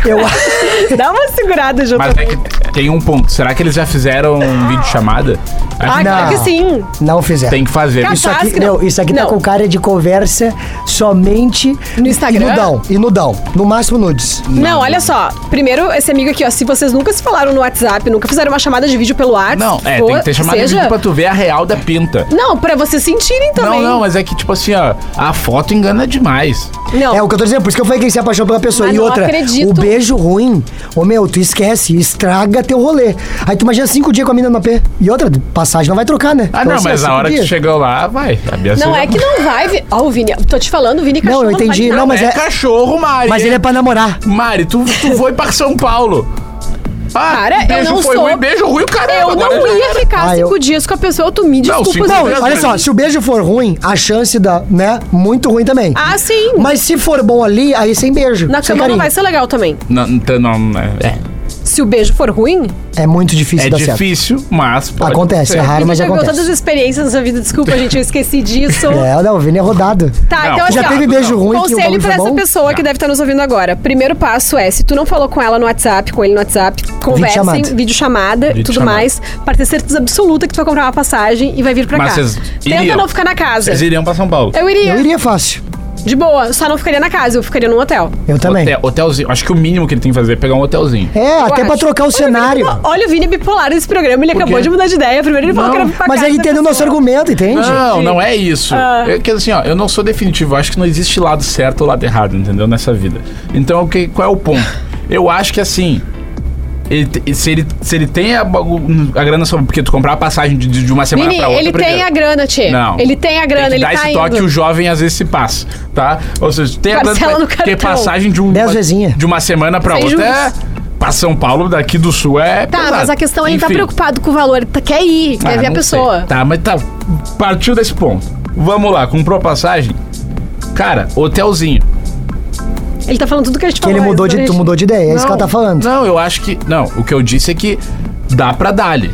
Speaker 4: Eu...
Speaker 3: *laughs* Dá uma segurada, junto.
Speaker 2: Mas é que tem um ponto. Será que eles já fizeram um vídeo chamada?
Speaker 3: Ah, claro que sim!
Speaker 4: Não fizeram.
Speaker 2: Tem que fazer.
Speaker 3: Cara,
Speaker 4: Isso aqui,
Speaker 3: Fantástico, não.
Speaker 4: não, isso aqui tá
Speaker 3: Não.
Speaker 4: com cara de conversa somente
Speaker 3: No Instagram?
Speaker 4: E nudão, e nudão. No máximo nudes.
Speaker 3: Não, olha só. Primeiro, esse amigo aqui, ó. Se vocês nunca se falaram no WhatsApp, nunca fizeram uma chamada de vídeo pelo WhatsApp.
Speaker 2: Não, é,
Speaker 3: ou
Speaker 2: tem que ter chamado de
Speaker 3: seja,
Speaker 2: vídeo pra tu ver a real da pinta.
Speaker 3: Não, pra vocês sentirem também.
Speaker 2: Não, não, mas é que tipo assim, ó, a foto engana demais.
Speaker 3: Não.
Speaker 4: É o que eu tô dizendo, por isso que eu falei que ele se apaixonou pela pessoa.
Speaker 3: Mas
Speaker 4: e
Speaker 3: não
Speaker 4: outra,
Speaker 3: acredito.
Speaker 4: o beijo ruim, ô meu, tu esquece, estraga teu rolê. Aí tu imagina cinco dias com a mina no AP. E outra, passagem não vai trocar, né?
Speaker 2: Ah,
Speaker 4: Então,
Speaker 2: não,
Speaker 4: assim, é
Speaker 2: mas a
Speaker 4: cinco
Speaker 2: hora que
Speaker 4: dias.
Speaker 2: chegou lá, vai. A Bia
Speaker 3: Não,
Speaker 2: se-
Speaker 3: é que não vai. Vi... Ó, o Vini, tô te falando, o Vini
Speaker 4: Não,
Speaker 3: cachorro
Speaker 4: eu entendi,
Speaker 3: faz nada.
Speaker 4: não, mas
Speaker 2: É,
Speaker 4: é-
Speaker 2: cachorro, Mari.
Speaker 4: Mas ele é pra namorar.
Speaker 2: Mari, tu, tu foi pra São Paulo. Ah,
Speaker 3: Cara, eu
Speaker 2: beijo
Speaker 3: não
Speaker 2: foi
Speaker 3: sou-
Speaker 2: ruim, beijo ruim, caramba.
Speaker 3: Eu
Speaker 2: agora
Speaker 3: não
Speaker 2: já
Speaker 3: ia
Speaker 2: era.
Speaker 3: ficar
Speaker 4: Ah, eu-
Speaker 3: cinco dias com a pessoa, tu me desculpa.
Speaker 2: cinco
Speaker 3: Zé.
Speaker 4: Não,
Speaker 2: dias-
Speaker 4: olha só, se o beijo for ruim, a chance da, né, muito ruim também.
Speaker 3: Ah, sim.
Speaker 4: Mas se for bom ali, aí sem beijo.
Speaker 3: Na
Speaker 4: sem
Speaker 3: cama não
Speaker 4: carinho.
Speaker 3: vai ser legal também.
Speaker 2: Não, então não, é,
Speaker 3: Se o beijo for ruim,
Speaker 4: É muito difícil
Speaker 2: é
Speaker 4: dar
Speaker 2: difícil, mas pode
Speaker 4: Acontece,
Speaker 2: ser.
Speaker 4: é raro, mas
Speaker 3: já pegou todas
Speaker 4: acontece.
Speaker 3: as experiências da sua vida. Desculpa, gente, eu esqueci disso.
Speaker 4: *laughs* É, não, o Vini é rodado.
Speaker 3: Tá,
Speaker 2: Não,
Speaker 3: então assim,
Speaker 4: Já
Speaker 3: ó,
Speaker 4: teve beijo ruim que o
Speaker 3: Conselho
Speaker 4: bagulho
Speaker 3: pra
Speaker 4: foi
Speaker 3: essa
Speaker 4: bom?
Speaker 3: pessoa que deve estar nos ouvindo agora. Primeiro passo é, se tu não falou com ela no WhatsApp, com ele no WhatsApp, conversem,
Speaker 4: chamada.
Speaker 3: videochamada e tudo
Speaker 2: Videochamada.
Speaker 3: mais, pra ter certeza absoluta que tu vai comprar uma passagem e vai vir pra
Speaker 2: Mas
Speaker 3: cá.
Speaker 2: vocês
Speaker 3: Tenta
Speaker 2: iriam?
Speaker 3: não ficar na casa.
Speaker 2: Vocês iriam pra São Paulo.
Speaker 3: Eu iria.
Speaker 4: Eu iria fácil.
Speaker 3: De boa, só não ficaria na casa, eu ficaria num hotel.
Speaker 4: Eu também.
Speaker 2: Hotel- hotelzinho. Acho que o mínimo que ele tem que fazer é pegar um hotelzinho.
Speaker 4: É,
Speaker 3: Eu
Speaker 4: até pra
Speaker 3: acho.
Speaker 4: trocar o
Speaker 3: Olha,
Speaker 4: cenário.
Speaker 3: Vini, olha o Vini bipolar nesse programa, ele acabou
Speaker 2: quê?
Speaker 3: de mudar de ideia. Primeiro ele falou
Speaker 2: Não,
Speaker 3: que era pra
Speaker 4: Mas
Speaker 3: casa
Speaker 4: ele
Speaker 3: da
Speaker 4: entendeu o nosso
Speaker 3: pessoa.
Speaker 4: argumento, entende?
Speaker 2: Não, não é isso.
Speaker 3: Ah.
Speaker 2: É que assim, ó, eu não sou definitivo. Eu acho que não existe lado certo ou lado errado, entendeu? Nessa vida. Então, o que, qual é o ponto? Eu acho que assim. ele te- se, ele, se ele tem a, bagu- a grana sobre. Porque tu comprar a passagem de, de uma semana
Speaker 3: Vini,
Speaker 2: pra outra.
Speaker 3: ele
Speaker 2: primeiro.
Speaker 3: tem a grana, Tchê.
Speaker 2: Não.
Speaker 3: Ele tem a grana,
Speaker 2: Tem que
Speaker 3: ele
Speaker 2: dar
Speaker 3: tá
Speaker 2: esse
Speaker 3: indo.
Speaker 2: toque o jovem às vezes se passa, tá? Ou seja, tem a
Speaker 3: Parcela
Speaker 2: grana
Speaker 3: no
Speaker 2: pra- porque
Speaker 3: cartão.
Speaker 2: passagem de, um,
Speaker 4: Dez vezinha.
Speaker 2: de uma semana pra
Speaker 3: Sem
Speaker 2: outra é,
Speaker 3: juros.
Speaker 2: pra São Paulo, daqui do Sul é
Speaker 3: Tá, mas a questão é ele tá
Speaker 2: Enfim.
Speaker 3: preocupado com o valor, ele tá- quer ir,
Speaker 2: Ah,
Speaker 3: quer ver a
Speaker 2: não
Speaker 3: pessoa.
Speaker 2: sei. Tá, mas tá. Partiu desse ponto. Vamos lá, comprou a passagem. Cara, hotelzinho.
Speaker 3: Ele tá falando tudo que a gente
Speaker 4: Que
Speaker 3: falou.
Speaker 4: ele mudou
Speaker 3: antes,
Speaker 4: de, tu
Speaker 3: né?
Speaker 4: mudou de ideia, é isso que ela tá falando.
Speaker 2: Não, eu acho que. Não, o que eu disse é que dá pra dar-lhe.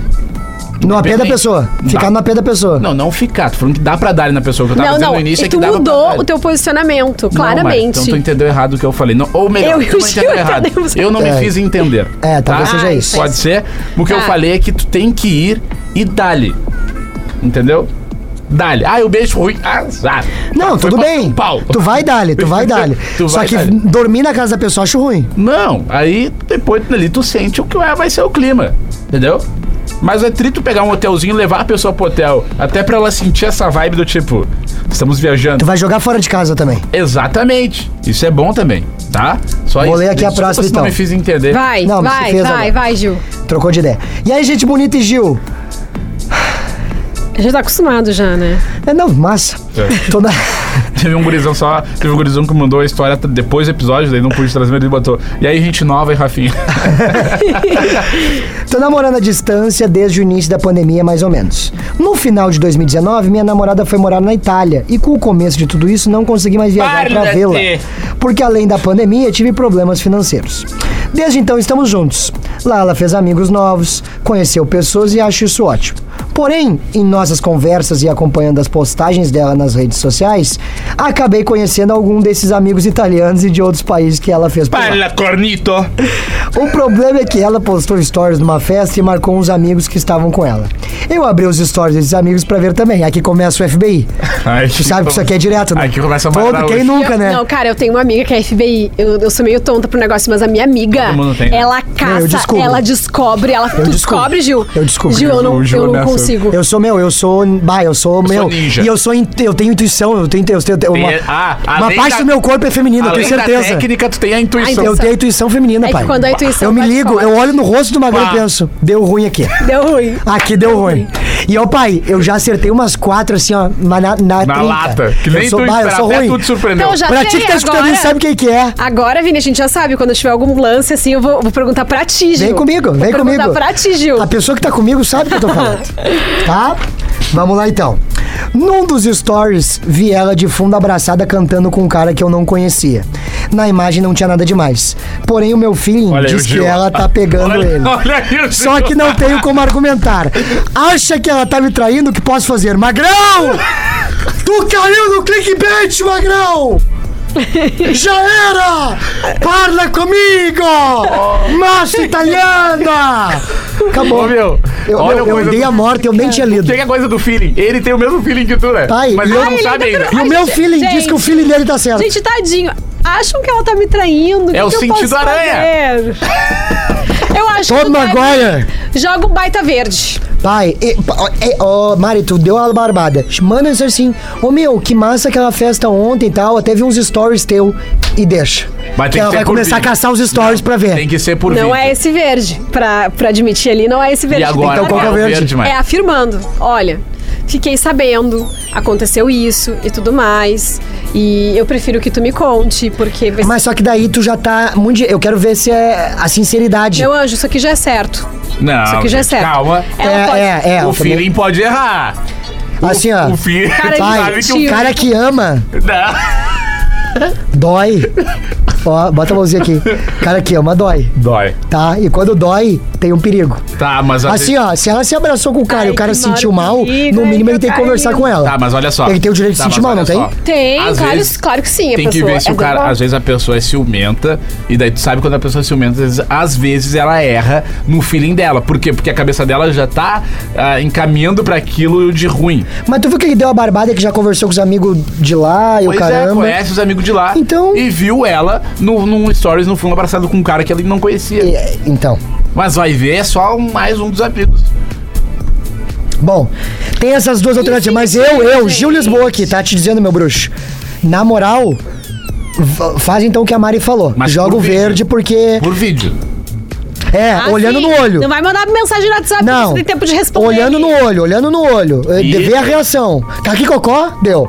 Speaker 4: No AP da
Speaker 2: Depende.
Speaker 4: pessoa. Ficar
Speaker 2: Dá.
Speaker 4: no AP da pessoa.
Speaker 2: Tá. Não, não ficar. Tô falando que dá pra dar-lhe na pessoa. O que eu tava
Speaker 3: Não,
Speaker 2: dizendo
Speaker 3: não,
Speaker 2: no início
Speaker 3: e
Speaker 2: é que
Speaker 3: tu
Speaker 2: dava pra
Speaker 3: mudou
Speaker 2: dar-lhe.
Speaker 3: o teu posicionamento,
Speaker 2: Não, Mari, então
Speaker 3: claramente.
Speaker 2: tu entendeu errado o que eu falei. Não, ou melhor,
Speaker 3: Eu e
Speaker 2: tu
Speaker 3: o
Speaker 2: não
Speaker 3: Gil
Speaker 2: entendeu errado.
Speaker 3: entendemos.
Speaker 2: Eu não me
Speaker 4: É.
Speaker 2: fiz entender. tá?
Speaker 4: É, talvez seja
Speaker 3: Ah,
Speaker 4: isso.
Speaker 2: Pode ser? O que eu
Speaker 3: Tá.
Speaker 2: falei é que tu tem que ir e dá-lhe. Entendeu? Dá-lhe. Ah, o beijo ruim. Azar.
Speaker 4: Não,
Speaker 2: Foi
Speaker 4: tudo
Speaker 2: pra
Speaker 4: bem.
Speaker 2: São Paulo.
Speaker 4: Tu vai dali,
Speaker 2: *laughs*
Speaker 4: tu vai dali.
Speaker 2: Tu
Speaker 4: Só
Speaker 2: vai
Speaker 4: que
Speaker 2: dali.
Speaker 4: dormir na casa da pessoa acho ruim.
Speaker 2: Não, aí depois ali tu sente o que é- vai ser o clima, entendeu? Mas é trito pegar um hotelzinho e levar a pessoa pro hotel, até pra ela sentir essa vibe do tipo, estamos
Speaker 4: Tu
Speaker 2: viajando.
Speaker 4: vai jogar fora de casa também.
Speaker 2: Exatamente. Isso é bom também, tá? Só
Speaker 4: Vou
Speaker 2: isso.
Speaker 4: ler aqui a
Speaker 2: Desculpa
Speaker 4: próxima,
Speaker 2: se não
Speaker 4: então.
Speaker 2: me fiz entender.
Speaker 3: Vai,
Speaker 4: Não, mas
Speaker 3: vai,
Speaker 4: tu fez
Speaker 3: vai,
Speaker 4: agora.
Speaker 3: vai, Gil.
Speaker 4: Trocou de ideia. E aí, gente bonita e Gil?
Speaker 3: A gente tá acostumado já, né?
Speaker 4: É, não, massa.
Speaker 2: É. *laughs*
Speaker 4: Tô na- *laughs*
Speaker 2: Teve um gurizão só, teve um gurizão que mandou a história depois do episódio, daí não pude trazer, mas ele botou. E aí, gente nova e *laughs* Rafinha.
Speaker 4: Tô namorando à distância desde o início da pandemia, mais ou menos. No final de 2019, minha namorada foi morar na Itália e com o começo de tudo isso não consegui mais viajar pra
Speaker 2: Parla-te.
Speaker 4: vê-la. Porque além da pandemia, tive problemas financeiros. Desde então estamos juntos. Lá ela fez amigos novos, conheceu pessoas e acho isso ótimo. Porém, em nossas conversas e acompanhando as postagens dela nas redes sociais, acabei conhecendo algum desses amigos italianos e de outros países que ela fez por lá.
Speaker 2: Parla, cornito!
Speaker 4: O problema é que ela postou stories numa festa e marcou uns amigos que estavam com ela. Eu abri os stories desses amigos pra ver também. Aqui começa o FBI.
Speaker 2: Ai,
Speaker 4: Tu sabe que isso aqui é direto, né?
Speaker 2: Aqui começa a
Speaker 4: Todo,
Speaker 2: matar
Speaker 4: Quem
Speaker 2: hoje.
Speaker 4: nunca,
Speaker 3: Eu-
Speaker 4: né?
Speaker 3: Não, cara, eu tenho uma amiga que é FBI. Eu, eu sou meio tonta pro negócio, mas a minha amiga,
Speaker 2: Todo mundo tem, né?
Speaker 3: ela caça,
Speaker 4: Eu descubro.
Speaker 3: ela descobre, ela tu
Speaker 4: descubro.
Speaker 3: descobre, Gil.
Speaker 4: Eu descubro.
Speaker 3: Gil, eu não,
Speaker 2: O Gil
Speaker 3: eu não
Speaker 2: nessa-
Speaker 3: consigo.
Speaker 4: Eu sou meu, eu sou. Bah, eu sou meu.
Speaker 2: ninja.
Speaker 4: E eu sou. in- Eu tenho intuição, eu tenho. Eu tenho uma
Speaker 2: Tem- ah,
Speaker 4: uma
Speaker 2: além
Speaker 4: parte
Speaker 2: da-
Speaker 4: do meu corpo é feminino, eu tenho
Speaker 2: Além da
Speaker 4: certeza. Ah, então
Speaker 2: técnica, tu tem a intuição.
Speaker 3: A
Speaker 4: Eu tenho a intuição feminina,
Speaker 3: É que
Speaker 4: pai.
Speaker 3: quando a intuição
Speaker 4: eu me
Speaker 3: bate
Speaker 4: ligo,
Speaker 3: forte.
Speaker 4: eu olho no rosto do Magrão
Speaker 2: Pá.
Speaker 4: e penso, deu ruim aqui.
Speaker 3: Deu ruim.
Speaker 4: Aqui deu ruim. E ó, pai, eu já acertei umas quatro assim, ó, na, na, na
Speaker 2: Na
Speaker 4: trinca.
Speaker 2: lata. Que
Speaker 4: eu
Speaker 2: nem
Speaker 4: sou,
Speaker 2: tu
Speaker 4: bah, eu
Speaker 2: esperava,
Speaker 4: sou
Speaker 2: até
Speaker 4: ruim.
Speaker 2: tu te surpreendeu.
Speaker 3: Então, já
Speaker 4: Pra ti
Speaker 3: sei
Speaker 4: que tá escutando
Speaker 3: agora.
Speaker 4: isso, sabe quem que é.
Speaker 3: Agora, Vini, a gente já sabe. Quando tiver algum lance, assim, eu vou, vou perguntar pra ti, Gil.
Speaker 4: Vem comigo, vem
Speaker 3: vou
Speaker 4: comigo.
Speaker 3: perguntar pra ti, Gil.
Speaker 4: A pessoa que tá comigo sabe o que eu
Speaker 3: *laughs*
Speaker 4: tô falando. tá? Vamos lá então. Num dos stories, vi ela de fundo abraçada cantando com um cara que eu não conhecia. Na imagem não tinha nada demais. Porém, o meu filho
Speaker 2: Olha aí o
Speaker 4: diz que
Speaker 2: Gil.
Speaker 4: ela tá pegando
Speaker 2: *laughs* Olha-
Speaker 4: ele.
Speaker 2: olha aí o
Speaker 4: Só
Speaker 2: Gil.
Speaker 4: que não tenho como argumentar. Acha que ela tá me traindo? O que posso fazer? Magrão! Tu caiu no clickbait, Magrão! Já era! Parla comigo! Massa italiana!
Speaker 2: *laughs*
Speaker 4: Acabou.
Speaker 2: Ô, meu,
Speaker 4: Eu,
Speaker 2: olha
Speaker 4: eu,
Speaker 2: o
Speaker 4: eu
Speaker 2: coisa
Speaker 4: dei
Speaker 2: do-
Speaker 4: a morte, eu nem tinha lido.
Speaker 2: Chega é a coisa do feeling. Ele tem o mesmo feeling que tu, né?
Speaker 4: Pai,
Speaker 2: Mas ele
Speaker 4: eu-
Speaker 2: não
Speaker 4: Ai,
Speaker 2: sabe ainda.
Speaker 3: tá-
Speaker 4: E o
Speaker 3: Ai,
Speaker 4: meu
Speaker 3: gente,
Speaker 4: feeling diz que o feeling dele tá certo.
Speaker 3: Gente, tadinho. Acham que ela tá me
Speaker 2: É
Speaker 3: traindo. que
Speaker 2: o
Speaker 3: que eu
Speaker 2: sentido
Speaker 3: posso
Speaker 2: aranha.
Speaker 3: fazer? Eu acho que.
Speaker 4: Toma
Speaker 3: o
Speaker 4: agora!
Speaker 3: Joga o baita verde.
Speaker 4: Pai, e- pa- ó, e- ó, Mari, tu deu uma barbada. Manda isso assim, ô meu, que massa aquela festa ontem e tal. Até vi uns stories teu e deixa.
Speaker 2: Mas tem
Speaker 4: que
Speaker 2: que
Speaker 4: ela
Speaker 2: ser
Speaker 4: vai
Speaker 2: por
Speaker 4: começar a
Speaker 2: vídeo.
Speaker 4: caçar os stories pra ver.
Speaker 2: Tem que ser por
Speaker 3: Não
Speaker 2: vídeo.
Speaker 3: é esse verde. Pra, pra admitir ali, não é esse verde.
Speaker 2: E agora?
Speaker 4: Então, qual que é o
Speaker 2: o
Speaker 4: verde?
Speaker 2: Mari?
Speaker 3: É afirmando, olha, fiquei sabendo, aconteceu isso e tudo mais, e eu prefiro que tu me conte, porque vai ser-
Speaker 4: Mas só que daí tu já tá muito. de- Eu quero ver se é a sinceridade.
Speaker 3: meu anjo, isso aqui já é certo.
Speaker 2: Não.
Speaker 3: Isso aqui já é
Speaker 2: gente,
Speaker 3: certo.
Speaker 2: Calma.
Speaker 3: Ela
Speaker 4: é,
Speaker 3: pode-
Speaker 4: é, é, eu
Speaker 2: o
Speaker 4: também-
Speaker 2: feeling pode errar.
Speaker 4: Assim, ó.
Speaker 2: O feeling
Speaker 3: Cara, é
Speaker 2: sabe
Speaker 4: Pai,
Speaker 2: que
Speaker 3: tio.
Speaker 4: o cara que ama,
Speaker 2: o. Não.
Speaker 4: Dói. Ó, bota a mãozinha aqui. Cara, aqui, ó, uma dói.
Speaker 2: Dói.
Speaker 4: Tá? E quando dói, tem um perigo.
Speaker 2: Tá, mas a
Speaker 4: Assim,
Speaker 2: gente-
Speaker 4: ó, se ela se abraçou com o cara
Speaker 3: Ai,
Speaker 4: e o cara
Speaker 3: que
Speaker 4: se sentiu
Speaker 3: mora
Speaker 4: mal,
Speaker 3: comigo,
Speaker 4: no
Speaker 3: ai,
Speaker 4: mínimo ele
Speaker 3: meu
Speaker 4: tem que conversar
Speaker 3: carinho.
Speaker 4: com ela.
Speaker 2: Tá, mas olha só.
Speaker 4: Ele tem o direito de
Speaker 2: Tá,
Speaker 4: se sentir
Speaker 2: mas
Speaker 4: mal, não
Speaker 2: olha
Speaker 4: tem?
Speaker 2: só.
Speaker 3: Tem,
Speaker 2: Às
Speaker 3: claro,
Speaker 2: vezes-
Speaker 3: claro que sim. A
Speaker 2: Tem que
Speaker 3: pessoa
Speaker 2: ver se
Speaker 3: é
Speaker 2: o cara.
Speaker 3: normal.
Speaker 2: Às vezes a pessoa é ciumenta, e daí tu sabe quando a pessoa é ciumenta, às vezes- às vezes ela erra no feeling dela. Por quê? Porque a cabeça dela já tá ah, encaminhando pra aquilo de ruim.
Speaker 4: Mas tu viu que ele deu a barbada que já conversou com os amigos de lá e o
Speaker 2: pois é,
Speaker 4: caramba.
Speaker 2: conhece os amigos de lá
Speaker 4: Então-
Speaker 2: e viu ela no, num stories no fundo abraçado com um cara que ele não conhecia.
Speaker 4: E- então.
Speaker 2: Mas vai ver, é só um- mais um dos amigos.
Speaker 4: Bom, tem essas duas alternativas, mas eu, eu, Gil Lisboa aqui, tá te dizendo, meu bruxo. Na moral, v- faz então o que a Mari falou.
Speaker 2: Mas
Speaker 4: Joga
Speaker 2: por
Speaker 4: o
Speaker 2: vídeo.
Speaker 4: verde porque.
Speaker 2: Por vídeo.
Speaker 4: É,
Speaker 3: Ah,
Speaker 4: olhando
Speaker 3: sim.
Speaker 4: no olho.
Speaker 3: Não vai mandar mensagem no WhatsApp, porque
Speaker 4: Não.
Speaker 3: você tem tempo de responder.
Speaker 4: Olhando no olho, olhando no olho. É,
Speaker 2: Isso.
Speaker 4: Vê a reação. Tá aqui cocó? Deu.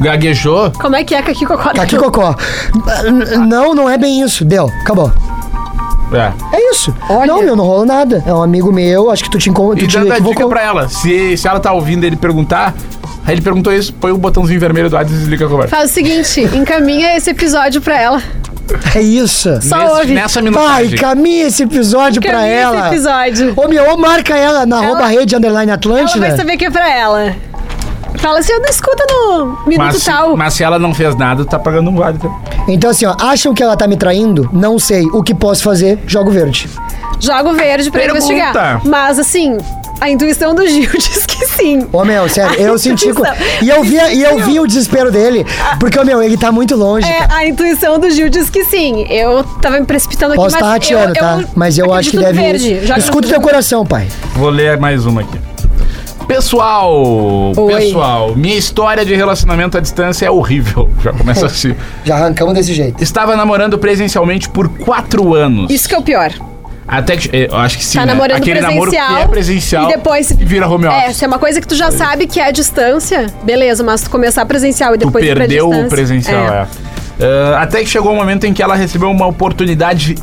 Speaker 2: Gaguejou?
Speaker 3: Como é que é, Kaki Cocó? *laughs*
Speaker 4: Tá aqui cocó. Não, não é bem isso. Deu. Acabou.
Speaker 2: É.
Speaker 4: É isso. Não, meu, não rolou nada. É um amigo meu, acho que tu te encon- tu
Speaker 2: E
Speaker 4: te
Speaker 2: dando a dica
Speaker 4: equivocou.
Speaker 2: pra ela. Se, se ela tá ouvindo ele perguntar, aí ele perguntou isso, põe o botãozinho vermelho do ar e desliga a conversa.
Speaker 3: Faz o seguinte, encaminha esse episódio pra ela.
Speaker 4: É isso.
Speaker 3: Só ouve.
Speaker 2: Nessa
Speaker 4: Vai,
Speaker 2: minutagem.
Speaker 4: caminha esse episódio pra
Speaker 3: Encaminha
Speaker 4: ela.
Speaker 3: esse episódio.
Speaker 4: Ô, meu, ou marca ela na arroba rede underline
Speaker 3: Ela
Speaker 4: Atlântida.
Speaker 3: vai saber que é pra ela. Fala assim, eu não escuta no minuto
Speaker 2: Mas, se-
Speaker 3: tal.
Speaker 2: mas se ela não fez nada, tá pagando um vale. tá?
Speaker 4: Então, assim, ó, acham que ela tá me traindo? Não sei. O que posso fazer? Jogo verde.
Speaker 3: Joga o verde pra
Speaker 2: Pergunta.
Speaker 3: investigar. Mas assim, a intuição do Gil *laughs* diz que sim.
Speaker 4: Ô, meu, sério,
Speaker 3: A
Speaker 4: eu senti. co-
Speaker 3: intuição.
Speaker 4: E eu vi, e eu vi o desespero dele. Porque, ô, meu, ele tá muito longe.
Speaker 3: É,
Speaker 4: cara.
Speaker 3: a intuição do Gil diz que sim. Eu tava me precipitando aqui,
Speaker 4: Posso
Speaker 3: mas
Speaker 4: estar rateando,
Speaker 3: eu-
Speaker 4: tá?
Speaker 3: eu
Speaker 4: Mas eu acho que
Speaker 3: acredito
Speaker 4: deve.
Speaker 3: no verde. Joga
Speaker 4: Escuta o
Speaker 3: no-
Speaker 4: teu coração, pai.
Speaker 2: Vou ler mais uma aqui. Pessoal,
Speaker 3: Oi.
Speaker 2: pessoal, minha história de relacionamento à distância é horrível. *laughs* Já
Speaker 3: *laughs*
Speaker 2: começa assim.
Speaker 4: Já arrancamos desse jeito.
Speaker 2: Estava namorando presencialmente por quatro anos.
Speaker 3: Isso que é o pior.
Speaker 2: Até que. eh, Eu acho que sim.
Speaker 3: Tá
Speaker 2: né?
Speaker 3: namorando
Speaker 2: Aquele
Speaker 3: presencial.
Speaker 2: namoro que é presencial
Speaker 3: E depois.
Speaker 2: e vira home
Speaker 3: É,
Speaker 2: office.
Speaker 3: se é uma coisa que tu já sabe que é a distância, beleza, mas tu começar presencial e
Speaker 2: tu
Speaker 3: depois ir pra
Speaker 2: perdeu
Speaker 3: distância.
Speaker 2: o presencial, é. Ah, até que chegou um momento em que ela recebeu uma oportunidade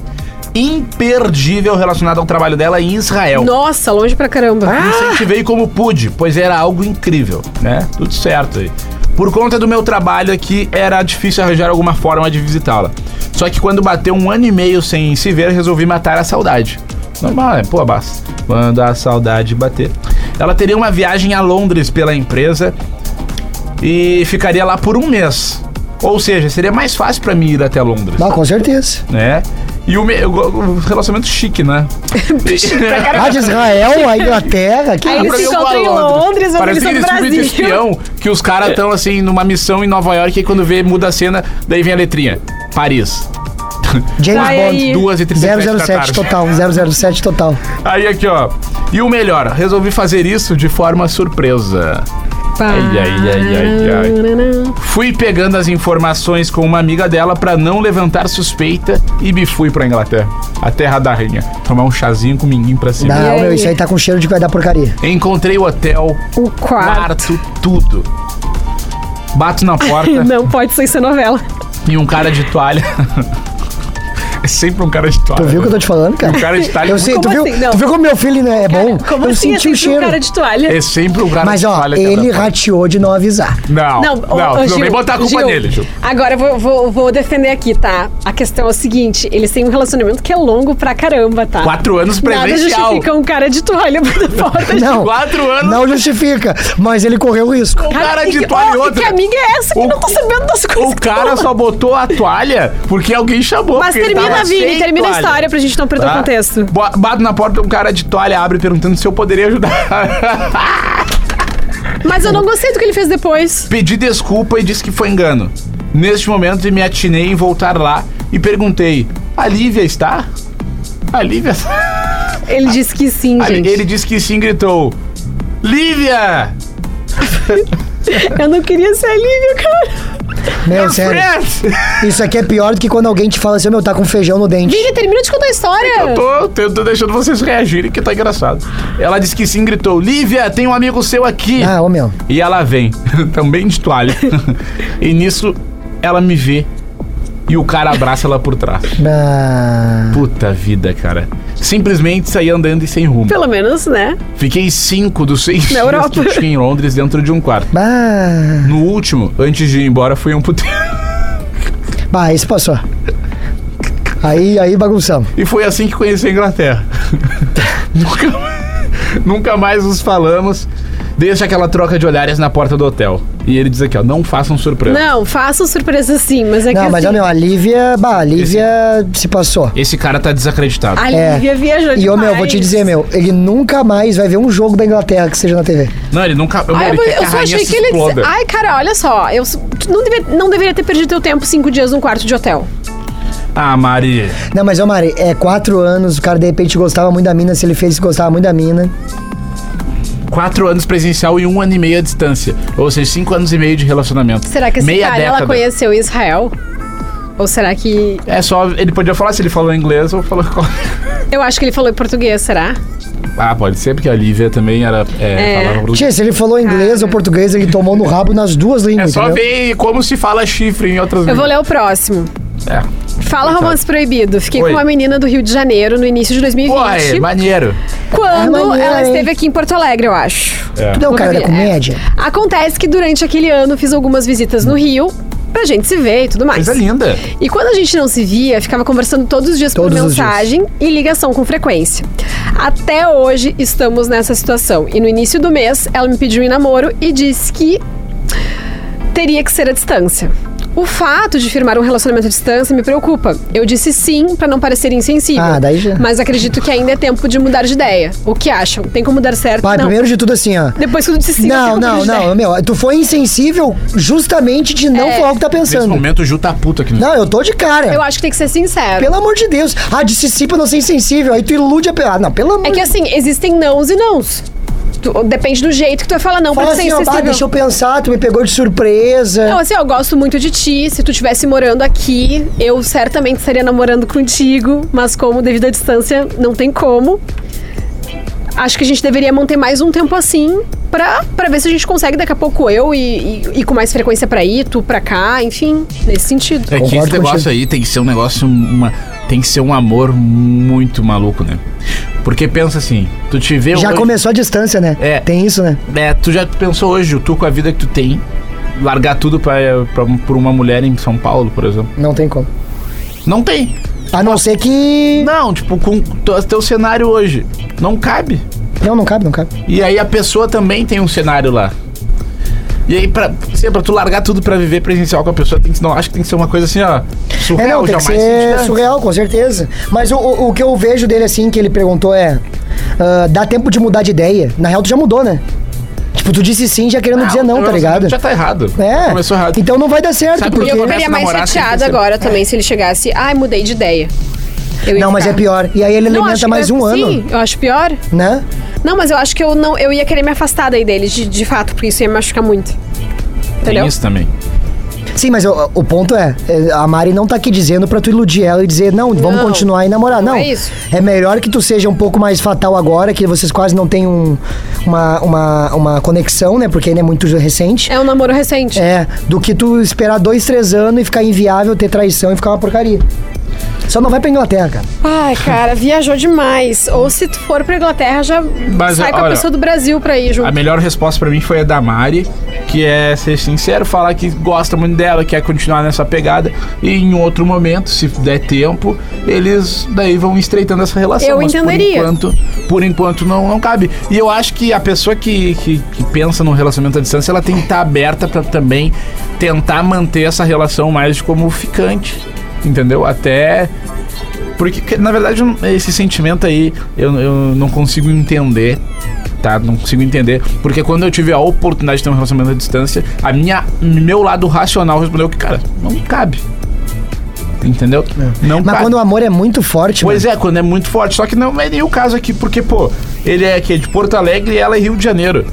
Speaker 2: imperdível relacionada ao trabalho dela em Israel.
Speaker 3: Nossa, longe pra caramba.
Speaker 2: Incentivei como pude, pois era algo incrível, né? Tudo certo aí. Por conta do meu trabalho aqui, era difícil arranjar alguma forma de visitá-la. Só que quando bateu um ano e meio sem se ver, resolvi matar a saudade. Normal, né? Pô, basta. Quando a saudade bater. Ela teria uma viagem a Londres pela empresa e ficaria lá por um mês. Ou seja, seria mais fácil pra mim ir até Londres,
Speaker 4: Não, com certeza.
Speaker 2: né? E o, me- eu go- o relacionamento chique, né? *laughs*
Speaker 4: Ah, de Israel, a Inglaterra, que
Speaker 3: Aí eles
Speaker 2: Pra
Speaker 3: se
Speaker 2: mim, eu
Speaker 3: encontram em
Speaker 2: vou a
Speaker 3: Londres, ou
Speaker 2: Parece
Speaker 3: eles são do
Speaker 2: aquele filme de
Speaker 3: Brasil.
Speaker 2: espião que os caras estão assim numa missão em Nova York e quando vê, muda a cena, daí vem a letrinha. Paris.
Speaker 4: James
Speaker 3: Sai aí.
Speaker 4: Bond.
Speaker 2: Duas e tá,
Speaker 4: 007 total, 007 total.
Speaker 2: Aí aqui, ó. E o melhor, resolvi fazer isso de forma surpresa. Ai, ai, ai, ai, ai. Fui pegando as informações com uma amiga dela pra não levantar suspeita e me fui pra Inglaterra, a terra da rainha. Tomar um chazinho com o minguinho pra cima.
Speaker 4: Não,
Speaker 3: aí?
Speaker 4: meu, isso aí tá com cheiro de que vai dar porcaria.
Speaker 2: Encontrei o hotel,
Speaker 3: O quarto.
Speaker 2: quarto, tudo. Bato
Speaker 3: *laughs*
Speaker 2: na porta
Speaker 3: Não pode ser isso é novela.
Speaker 2: e um cara de toalha. é sempre um cara de toalha.
Speaker 4: Tu viu o que eu tô te falando, cara?
Speaker 2: Um cara de toalha.
Speaker 4: Eu sei, tu
Speaker 3: Como
Speaker 4: viu,
Speaker 3: assim? Não.
Speaker 4: tu viu como meu filho né, é bom?
Speaker 3: Como
Speaker 4: eu
Speaker 3: assim
Speaker 4: senti
Speaker 3: assim,
Speaker 4: o
Speaker 3: um
Speaker 4: cheiro.
Speaker 3: cara de toalha?
Speaker 2: É sempre um cara
Speaker 4: Mas
Speaker 2: de
Speaker 4: ó,
Speaker 2: toalha. que
Speaker 4: ele
Speaker 2: abre a porta.
Speaker 4: rateou de não avisar.
Speaker 2: Não, não,
Speaker 3: Não,
Speaker 2: não,
Speaker 3: ô, ô,
Speaker 2: tu não
Speaker 3: Gil,
Speaker 2: vem botar a culpa
Speaker 3: Gil,
Speaker 2: dele, Gil.
Speaker 3: Agora eu vou, vou, vou defender aqui, tá? A questão é o seguinte: eles têm um relacionamento que é longo pra caramba, tá?
Speaker 2: Quatro anos
Speaker 3: Nada
Speaker 2: presencial.
Speaker 3: justifica um cara de toalha *laughs* pra porta.
Speaker 4: Não.
Speaker 2: Quatro anos.
Speaker 4: Não justifica, mas ele correu o risco.
Speaker 2: Um cara de
Speaker 3: que-
Speaker 2: toalha e
Speaker 3: oh,
Speaker 2: outra.
Speaker 3: Que amiga é essa que
Speaker 2: O-
Speaker 3: não tá sabendo das coisas?
Speaker 2: O
Speaker 3: que tu
Speaker 2: cara
Speaker 3: fala?
Speaker 2: só botou a toalha porque alguém chamou.
Speaker 3: Mas
Speaker 2: porque ele tava
Speaker 3: termina, Vini,
Speaker 2: sem
Speaker 3: termina a
Speaker 2: toalha.
Speaker 3: história pra gente não perder o
Speaker 2: Tá?
Speaker 3: contexto.
Speaker 2: Bo- Bato na porta, um cara de toalha abre perguntando se eu poderia ajudar.
Speaker 3: Mas
Speaker 2: Tá
Speaker 3: eu não gostei do que ele fez depois.
Speaker 2: Pedi desculpa e disse que foi engano. Neste momento, me atinei em voltar lá e perguntei: A Lívia está? A Lívia está?
Speaker 3: Ele disse que sim,
Speaker 2: A-
Speaker 3: gente.
Speaker 2: Ah. Ele disse que sim, gritou: Lívia!
Speaker 3: Eu não queria ser a Lívia, cara.
Speaker 4: Meu, É sério.
Speaker 2: Fred!
Speaker 4: Isso aqui é pior do que quando alguém te fala assim, meu, tá com feijão no dente.
Speaker 3: Vini, termina de contar a história.
Speaker 2: Eu tô, tô- tô deixando vocês reagirem, que tá engraçado. Ela disse que sim, gritou: Lívia, tem um amigo seu aqui!
Speaker 4: Ah, ô meu.
Speaker 2: E ela vem, *laughs* também de toalha. e nisso, ela me vê. E o cara abraça ela por trás.
Speaker 4: Ah,
Speaker 2: Puta vida, cara. Simplesmente saí andando e sem rumo.
Speaker 3: Pelo menos, né?
Speaker 2: Fiquei cinco dos seis dias
Speaker 3: Europa.
Speaker 2: que tinha em Londres dentro de um quarto.
Speaker 4: bah.
Speaker 2: No último, antes de ir embora, fui a um puteiro.
Speaker 4: Bah, isso passou. Aí, aí bagunçamos.
Speaker 2: E foi assim que conheci a
Speaker 3: *laughs*
Speaker 2: Inglaterra. nunca, nunca mais nos falamos. Desde aquela troca de olhares na porta do hotel. E ele diz aqui, ó, não façam surpresa.
Speaker 3: Não, façam surpresa sim, mas é que
Speaker 4: Não, mas
Speaker 3: assim,
Speaker 4: olha, a Lívia, bah, a Lívia se passou.
Speaker 2: Esse cara tá desacreditado.
Speaker 3: a
Speaker 4: É.
Speaker 3: Lívia viajou
Speaker 4: E, ô, meu,
Speaker 3: demais.
Speaker 4: vou te dizer, meu, ele nunca mais vai ver um jogo da Inglaterra que seja na TV.
Speaker 2: Não, ele nunca. Amor,
Speaker 3: Ai,
Speaker 2: ele
Speaker 3: mas
Speaker 2: quer
Speaker 3: eu
Speaker 2: que a
Speaker 3: só
Speaker 2: rainha
Speaker 3: achei
Speaker 2: se
Speaker 3: que ele.
Speaker 2: exploda.
Speaker 3: Ai, cara, olha só. Eu... tu Não, deve... não deveria ter perdido teu tempo cinco dias num quarto de hotel.
Speaker 2: Ah, Mari.
Speaker 4: Não, mas, ô, Mari, é quatro anos, o cara de repente gostava muito da mina, se ele fez, gostava muito da mina.
Speaker 2: Quatro anos presencial e um ano e meio à distância. Ou seja, cinco anos e meio de relacionamento.
Speaker 3: Será que esse
Speaker 2: Meia
Speaker 3: cara
Speaker 2: década.
Speaker 3: ela conheceu em Israel? Ou será que.
Speaker 2: É só. Ele podia falar se ele falou inglês ou falou.
Speaker 3: Eu acho que ele falou em português, será?
Speaker 2: Ah, pode ser, porque a Lívia também era. É,
Speaker 3: É.
Speaker 2: falava pro-
Speaker 4: Tia, se ele falou inglês ou português, ele tomou no rabo nas duas
Speaker 2: É
Speaker 4: línguas,
Speaker 2: só
Speaker 4: entendeu?
Speaker 2: ver como se fala chifre em outras
Speaker 3: Eu vou
Speaker 2: línguas.
Speaker 3: ler o próximo.
Speaker 2: É.
Speaker 3: Fala
Speaker 2: Coitado.
Speaker 3: romance proibido. Fiquei
Speaker 2: Oi.
Speaker 3: com uma menina do Rio de Janeiro no início de 2020.
Speaker 2: Pô, é maneiro.
Speaker 3: Quando
Speaker 4: É maneiro,
Speaker 3: ela
Speaker 4: hein?
Speaker 3: esteve aqui em Porto Alegre, eu acho.
Speaker 4: Tu não é o cara da
Speaker 3: É.
Speaker 4: comédia?
Speaker 3: Acontece que durante aquele ano fiz algumas visitas no Rio pra gente se ver e tudo mais.
Speaker 2: Coisa linda.
Speaker 3: E quando a gente não se via, ficava conversando todos os dias
Speaker 4: Todos
Speaker 3: por
Speaker 4: os
Speaker 3: mensagem e ligação com frequência. Até hoje estamos nessa situação. E no início do mês, ela me pediu em namoro e disse que teria que ser à distância. O fato de firmar um relacionamento à distância me preocupa. Eu disse sim pra não parecer insensível.
Speaker 4: Ah, daí já-
Speaker 3: Mas acredito que ainda é tempo de mudar de ideia. O que acham? Tem como dar certo?
Speaker 4: Pai,
Speaker 3: não.
Speaker 4: primeiro de tudo assim, ó.
Speaker 3: Depois que eu disse sim,
Speaker 4: não,
Speaker 3: tem como mudar
Speaker 4: não,
Speaker 3: de
Speaker 4: não,
Speaker 3: ideia.
Speaker 4: meu, tu foi insensível justamente de não
Speaker 3: É.
Speaker 4: falar o que tá
Speaker 2: Nesse
Speaker 4: pensando.
Speaker 2: momento o Ju tá puto aqui no.
Speaker 4: Não, eu tô de cara.
Speaker 3: Eu acho que tem que ser sincero.
Speaker 4: Pelo amor de Deus. Ah, disse sim pra não ser insensível. Aí tu ilude a... pe- Ah, não, pelo amor
Speaker 3: É que
Speaker 4: de
Speaker 3: assim, existem nãos e nãos. Tu- depende do jeito que tu vai falar não
Speaker 4: Fala
Speaker 3: pra ser
Speaker 4: assim, ó, "Bah,
Speaker 3: insensível.
Speaker 4: deixa eu pensar, tu me pegou de surpresa.
Speaker 3: Não, assim, ó, eu gosto muito de ti. Se tu estivesse morando aqui, eu certamente estaria namorando contigo. Mas como, devido à distância, não tem como. Acho que a gente deveria manter mais um tempo assim pra, pra ver se a gente consegue daqui a pouco eu e, e, e com mais frequência pra ir, tu pra cá, enfim, nesse sentido.
Speaker 2: É que
Speaker 4: Concordo
Speaker 2: esse negócio
Speaker 4: contigo.
Speaker 2: aí tem que ser um negócio, uma, tem que ser um amor muito maluco, né? Porque pensa assim, tu te vê
Speaker 4: Já
Speaker 2: hoje-
Speaker 4: começou a distância, né?
Speaker 2: É.
Speaker 4: Tem isso, né?
Speaker 2: É, tu já pensou hoje, tu com a vida que tu tem, largar tudo pra, pra, por uma mulher em São Paulo, por exemplo?
Speaker 4: Não tem como.
Speaker 2: Não tem.
Speaker 4: A não ser que...
Speaker 2: Não, tipo, com o teu cenário hoje, não cabe.
Speaker 4: Não, não cabe, não cabe.
Speaker 2: E aí a pessoa também tem um cenário lá. E aí, pra, sei, lá, pra tu largar tudo pra viver presencial com a pessoa, tem que, não, acho que tem que ser uma coisa assim, ó.
Speaker 4: É,
Speaker 2: Surreal,
Speaker 4: não, tem que
Speaker 2: jamais se
Speaker 4: ser
Speaker 2: distante.
Speaker 4: surreal, com certeza. Mas o, o, o que eu vejo dele, assim, que ele perguntou é... ah, dá tempo de mudar de ideia. Na real, tu já mudou, né? Tipo, tu disse sim já querendo dizer não, tá ligado?
Speaker 2: Já tá errado.
Speaker 4: É.
Speaker 2: Começou errado.
Speaker 4: Então não vai dar certo,
Speaker 2: Sabe por
Speaker 4: porque...
Speaker 2: que
Speaker 3: Eu
Speaker 2: começa
Speaker 3: ficaria
Speaker 2: a
Speaker 3: mais
Speaker 2: namorar sem
Speaker 3: chateada
Speaker 4: assim.
Speaker 2: perceber.
Speaker 3: agora também se ele chegasse. Ai, mudei de ideia. Eu ia
Speaker 4: É. Não, mas é
Speaker 3: ficar.
Speaker 4: pior. E aí ele
Speaker 3: Não, acho
Speaker 4: alimenta
Speaker 3: que-
Speaker 2: é
Speaker 4: mais um ano,
Speaker 2: assim.
Speaker 3: Sim, eu acho pior.
Speaker 4: né?
Speaker 3: Não, mas eu acho que eu não, eu ia querer me afastar daí deles, de, de fato, porque isso ia me machucar muito. Entendeu?
Speaker 2: Tem isso também.
Speaker 4: Sim, mas o, o ponto é, é, a Mari não tá aqui dizendo pra tu iludir ela e dizer, não, vamos
Speaker 3: Não.
Speaker 4: continuar e namorar. Não.
Speaker 3: Não é isso.
Speaker 4: É melhor que tu seja um pouco mais fatal agora, que vocês quase não têm um- uma, uma, uma conexão, né? Porque ainda é muito recente.
Speaker 3: É um namoro recente.
Speaker 4: É, do que tu esperar dois, três anos e ficar inviável, ter traição e ficar uma porcaria. Só não vai pra Inglaterra, cara.
Speaker 3: Ai, cara, viajou demais. Ou se tu for pra Inglaterra, já
Speaker 2: Mas,
Speaker 3: sai com
Speaker 2: olha,
Speaker 3: a pessoa do Brasil pra ir
Speaker 2: A
Speaker 3: junto.
Speaker 2: melhor resposta pra mim foi a da Mari, que é ser sincero, falar que gosta muito dela, quer continuar nessa pegada e em outro momento, se der tempo, eles daí vão estreitando essa relação.
Speaker 3: Eu
Speaker 2: mas
Speaker 3: entenderia.
Speaker 2: Por enquanto, por enquanto não, não cabe. E eu acho que a pessoa que, que, que pensa num relacionamento à distância, ela tem que estar aberta pra também tentar manter essa relação mais como ficante, entendeu? Até porque, que- na verdade, eu não- esse sentimento aí eu, eu não consigo entender. Tá? Não consigo entender. Porque quando eu tive a oportunidade de ter um relacionamento à distância, a minha, meu lado racional respondeu que, cara, não cabe. Entendeu? Não
Speaker 4: Mas
Speaker 2: cabe.
Speaker 4: quando o amor é muito forte,
Speaker 2: Pois é, quando é muito forte. Só que não é nem o caso aqui, porque, pô, ele é aqui de Porto Alegre e ela é Rio de Janeiro.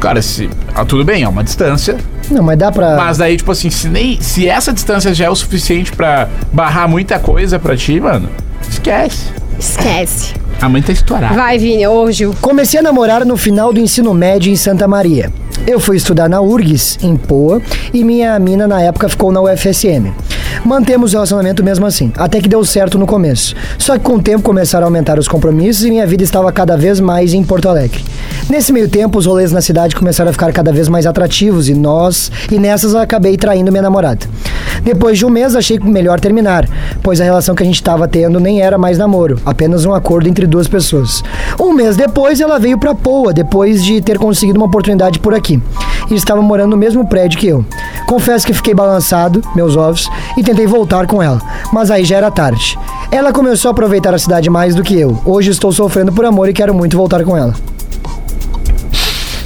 Speaker 2: Cara, se. Ah, tudo bem, é uma distância.
Speaker 4: mano, não, mas dá pra.
Speaker 2: é. Mas daí, tipo assim, se, nem, se essa distância já é o suficiente pra barrar muita coisa pra ti, mano, esquece.
Speaker 3: Esquece.
Speaker 2: A mãe tá estourada.
Speaker 3: Vai, Vini, ô Gil.
Speaker 4: Comecei a namorar no final do ensino médio em Santa Maria. Eu fui estudar na URGS, em Poa, e minha mina na época ficou na UFSM. Mantemos o relacionamento mesmo assim, até que deu certo no começo. Só que com o tempo começaram a aumentar os compromissos e minha vida estava cada vez mais em Porto Alegre. Nesse meio tempo, os rolês na cidade começaram a ficar cada vez mais atrativos e nós, e nessas eu acabei traindo minha namorada. Depois de um mês, achei melhor terminar, pois a relação que a gente estava tendo nem era mais namoro, apenas um acordo entre duas pessoas. Um mês depois, ela veio para Poa, depois de ter conseguido uma oportunidade por aqui. E estava morando no mesmo prédio que eu. Confesso que fiquei balançado, meus ovos, e tentei voltar com ela, mas aí já era tarde. Ela começou a aproveitar a cidade mais do que eu. Hoje estou sofrendo por amor e quero muito voltar com ela.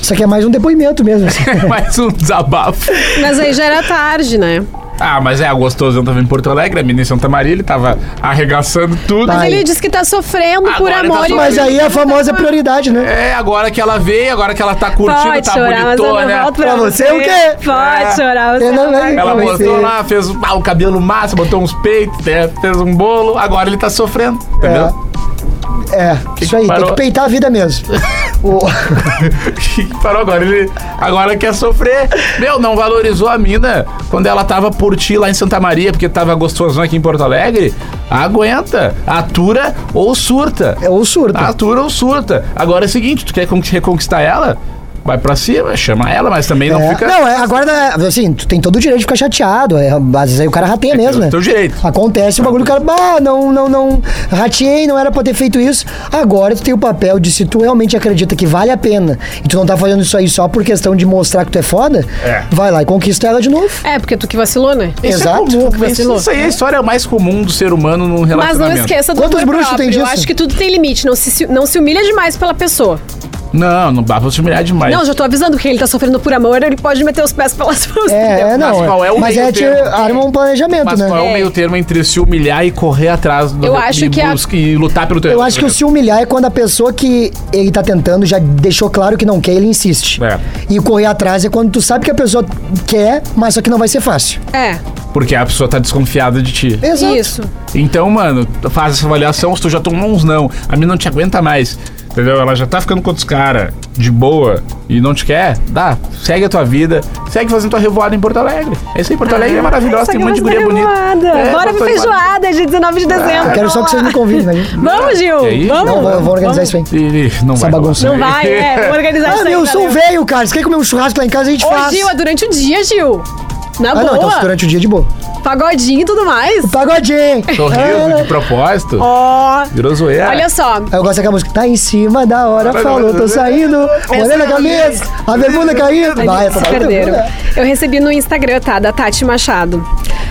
Speaker 4: Isso aqui é mais um depoimento mesmo. assim.
Speaker 2: Mais um desabafo.
Speaker 3: Mas aí já era tarde, né?
Speaker 2: Ah, mas é, a Gostosão tava em Porto Alegre, a menina em Santa Maria, ele tava arregaçando tudo.
Speaker 3: Mas
Speaker 4: Ai.
Speaker 3: ele disse que tá sofrendo por
Speaker 2: Agora ele tá
Speaker 3: amor. e-
Speaker 4: Mas aí é a famosa prioridade, né?
Speaker 2: É, agora que ela veio, agora que ela tá curtindo,
Speaker 3: Pode
Speaker 2: tá
Speaker 3: chorar, mas eu não
Speaker 2: bonitona.
Speaker 3: volto pra,
Speaker 4: Pra você, o quê?
Speaker 3: Pode
Speaker 2: É.
Speaker 3: chorar, você
Speaker 4: Eu não
Speaker 3: não vai
Speaker 4: lembro.
Speaker 2: Ela
Speaker 4: Vai
Speaker 2: botou
Speaker 4: ser.
Speaker 2: lá, fez ah, o cabelo massa, botou uns peitos, né, fez um bolo, agora ele tá sofrendo, entendeu? *laughs*
Speaker 4: É, isso aí, tem
Speaker 2: parou?
Speaker 4: que peitar a vida mesmo. O-
Speaker 2: Parou agora, ele agora quer sofrer. Meu, não valorizou a mina quando ela tava por ti lá em Santa Maria, porque tava gostosão aqui em Porto Alegre. Aguenta, atura ou surta.
Speaker 4: É o surto.
Speaker 2: Atura ou Tá, surta. Agora é o seguinte, tu quer con- reconquistar ela? Vai pra cima, chama ela, mas também não
Speaker 4: É.
Speaker 2: fica...
Speaker 4: Não, é, agora, né, assim, tu tem todo o direito de ficar chateado. É, às vezes aí o cara rateia mesmo, né?
Speaker 2: teu direito.
Speaker 4: Acontece o bagulho, o cara, bah, não, não, não, rateei, não era pra ter feito isso. Agora tu tem o papel de se tu realmente acredita que vale a pena e tu não tá fazendo isso aí só por questão de mostrar que tu é foda,
Speaker 2: É.
Speaker 4: vai lá e conquista ela de novo.
Speaker 3: É, porque tu que vacilou, né?
Speaker 2: Isso é
Speaker 4: Exato.
Speaker 2: comum,
Speaker 3: Vacilou.
Speaker 2: isso, isso aí
Speaker 4: né?
Speaker 2: é a história mais comum do ser humano num
Speaker 3: Mas
Speaker 2: relacionamento.
Speaker 3: não esqueça do
Speaker 4: Quantos
Speaker 3: amor
Speaker 4: bruxos
Speaker 3: próprio.
Speaker 4: tem
Speaker 3: Eu
Speaker 4: disso?
Speaker 3: acho que tudo tem limite. Não se, não se humilha demais pela pessoa.
Speaker 2: Não, não dá pra se humilhar demais.
Speaker 3: Não, já tô avisando que ele tá sofrendo por amor, ele pode meter os pés pelas *laughs* mãos. entendeu?
Speaker 4: É, é, não.
Speaker 2: Mas qual é o
Speaker 4: mas
Speaker 2: meio
Speaker 4: é te
Speaker 2: termo?
Speaker 4: arma um planejamento,
Speaker 2: Mas
Speaker 4: né?
Speaker 2: qual é o
Speaker 3: É.
Speaker 2: meio termo entre se humilhar e correr atrás do
Speaker 3: Eu acho
Speaker 2: e,
Speaker 3: que a-
Speaker 2: busca- e lutar pelo teu
Speaker 4: Eu acho que o se humilhar é quando a pessoa que ele tá tentando já deixou claro que não quer, ele insiste.
Speaker 2: É.
Speaker 4: E correr atrás é quando tu sabe que a pessoa quer, mas só que não vai ser fácil.
Speaker 3: É,
Speaker 2: Porque a pessoa tá desconfiada de ti.
Speaker 4: Exato.
Speaker 3: isso.
Speaker 2: Então, mano, faz essa avaliação, se tu já tomou uns não, a mina não te aguenta mais. Entendeu? Ela já tá ficando com outros caras de boa e não te quer, dá, segue a tua vida, segue fazendo tua revoada em Porto Alegre. É isso aí,
Speaker 3: Ah,
Speaker 2: Porto Alegre é maravilhosa, tem um monte de guria bonita. É,
Speaker 3: tá Bora
Speaker 2: gostoso
Speaker 3: pra
Speaker 2: demais.
Speaker 3: feijoada, dia 19 de dezembro.
Speaker 4: Quero só que vocês me convidem, né?
Speaker 3: Vamos, Gil.
Speaker 2: Ah, Que isso?
Speaker 3: vamos.
Speaker 4: Não, vou, vou organizar isso aí.
Speaker 2: E, e, não vai
Speaker 4: bagunça.
Speaker 2: rolar.
Speaker 3: Não vai, é.
Speaker 2: *laughs*
Speaker 3: Vamos organizar
Speaker 4: Ah,
Speaker 3: isso aí,
Speaker 4: meu, eu sou
Speaker 3: valeu.
Speaker 4: velho, cara. Você quer comer um churrasco lá em casa, a gente
Speaker 3: Ô,
Speaker 4: faz.
Speaker 3: Gil, é durante o dia, Gil. Na
Speaker 4: Ah, não,
Speaker 3: boa.
Speaker 4: então se durante o dia de boa.
Speaker 3: Pagodinho e tudo mais.
Speaker 4: Pagodinho.
Speaker 2: Sorriso de propósito.
Speaker 3: Ó.
Speaker 2: Virou zoeira.
Speaker 3: Ah. Olha só.
Speaker 4: Aí eu gosto daquela música. Tá em cima da hora,
Speaker 2: Vai,
Speaker 4: falou,
Speaker 2: vai,
Speaker 4: tô
Speaker 2: vai.
Speaker 4: saindo. Olhando a camisa, a bermuda caindo. Vai, tá
Speaker 3: se
Speaker 4: essa
Speaker 3: perderam.
Speaker 4: bermuda.
Speaker 3: Eu recebi no Instagram, tá? Da Tati Machado.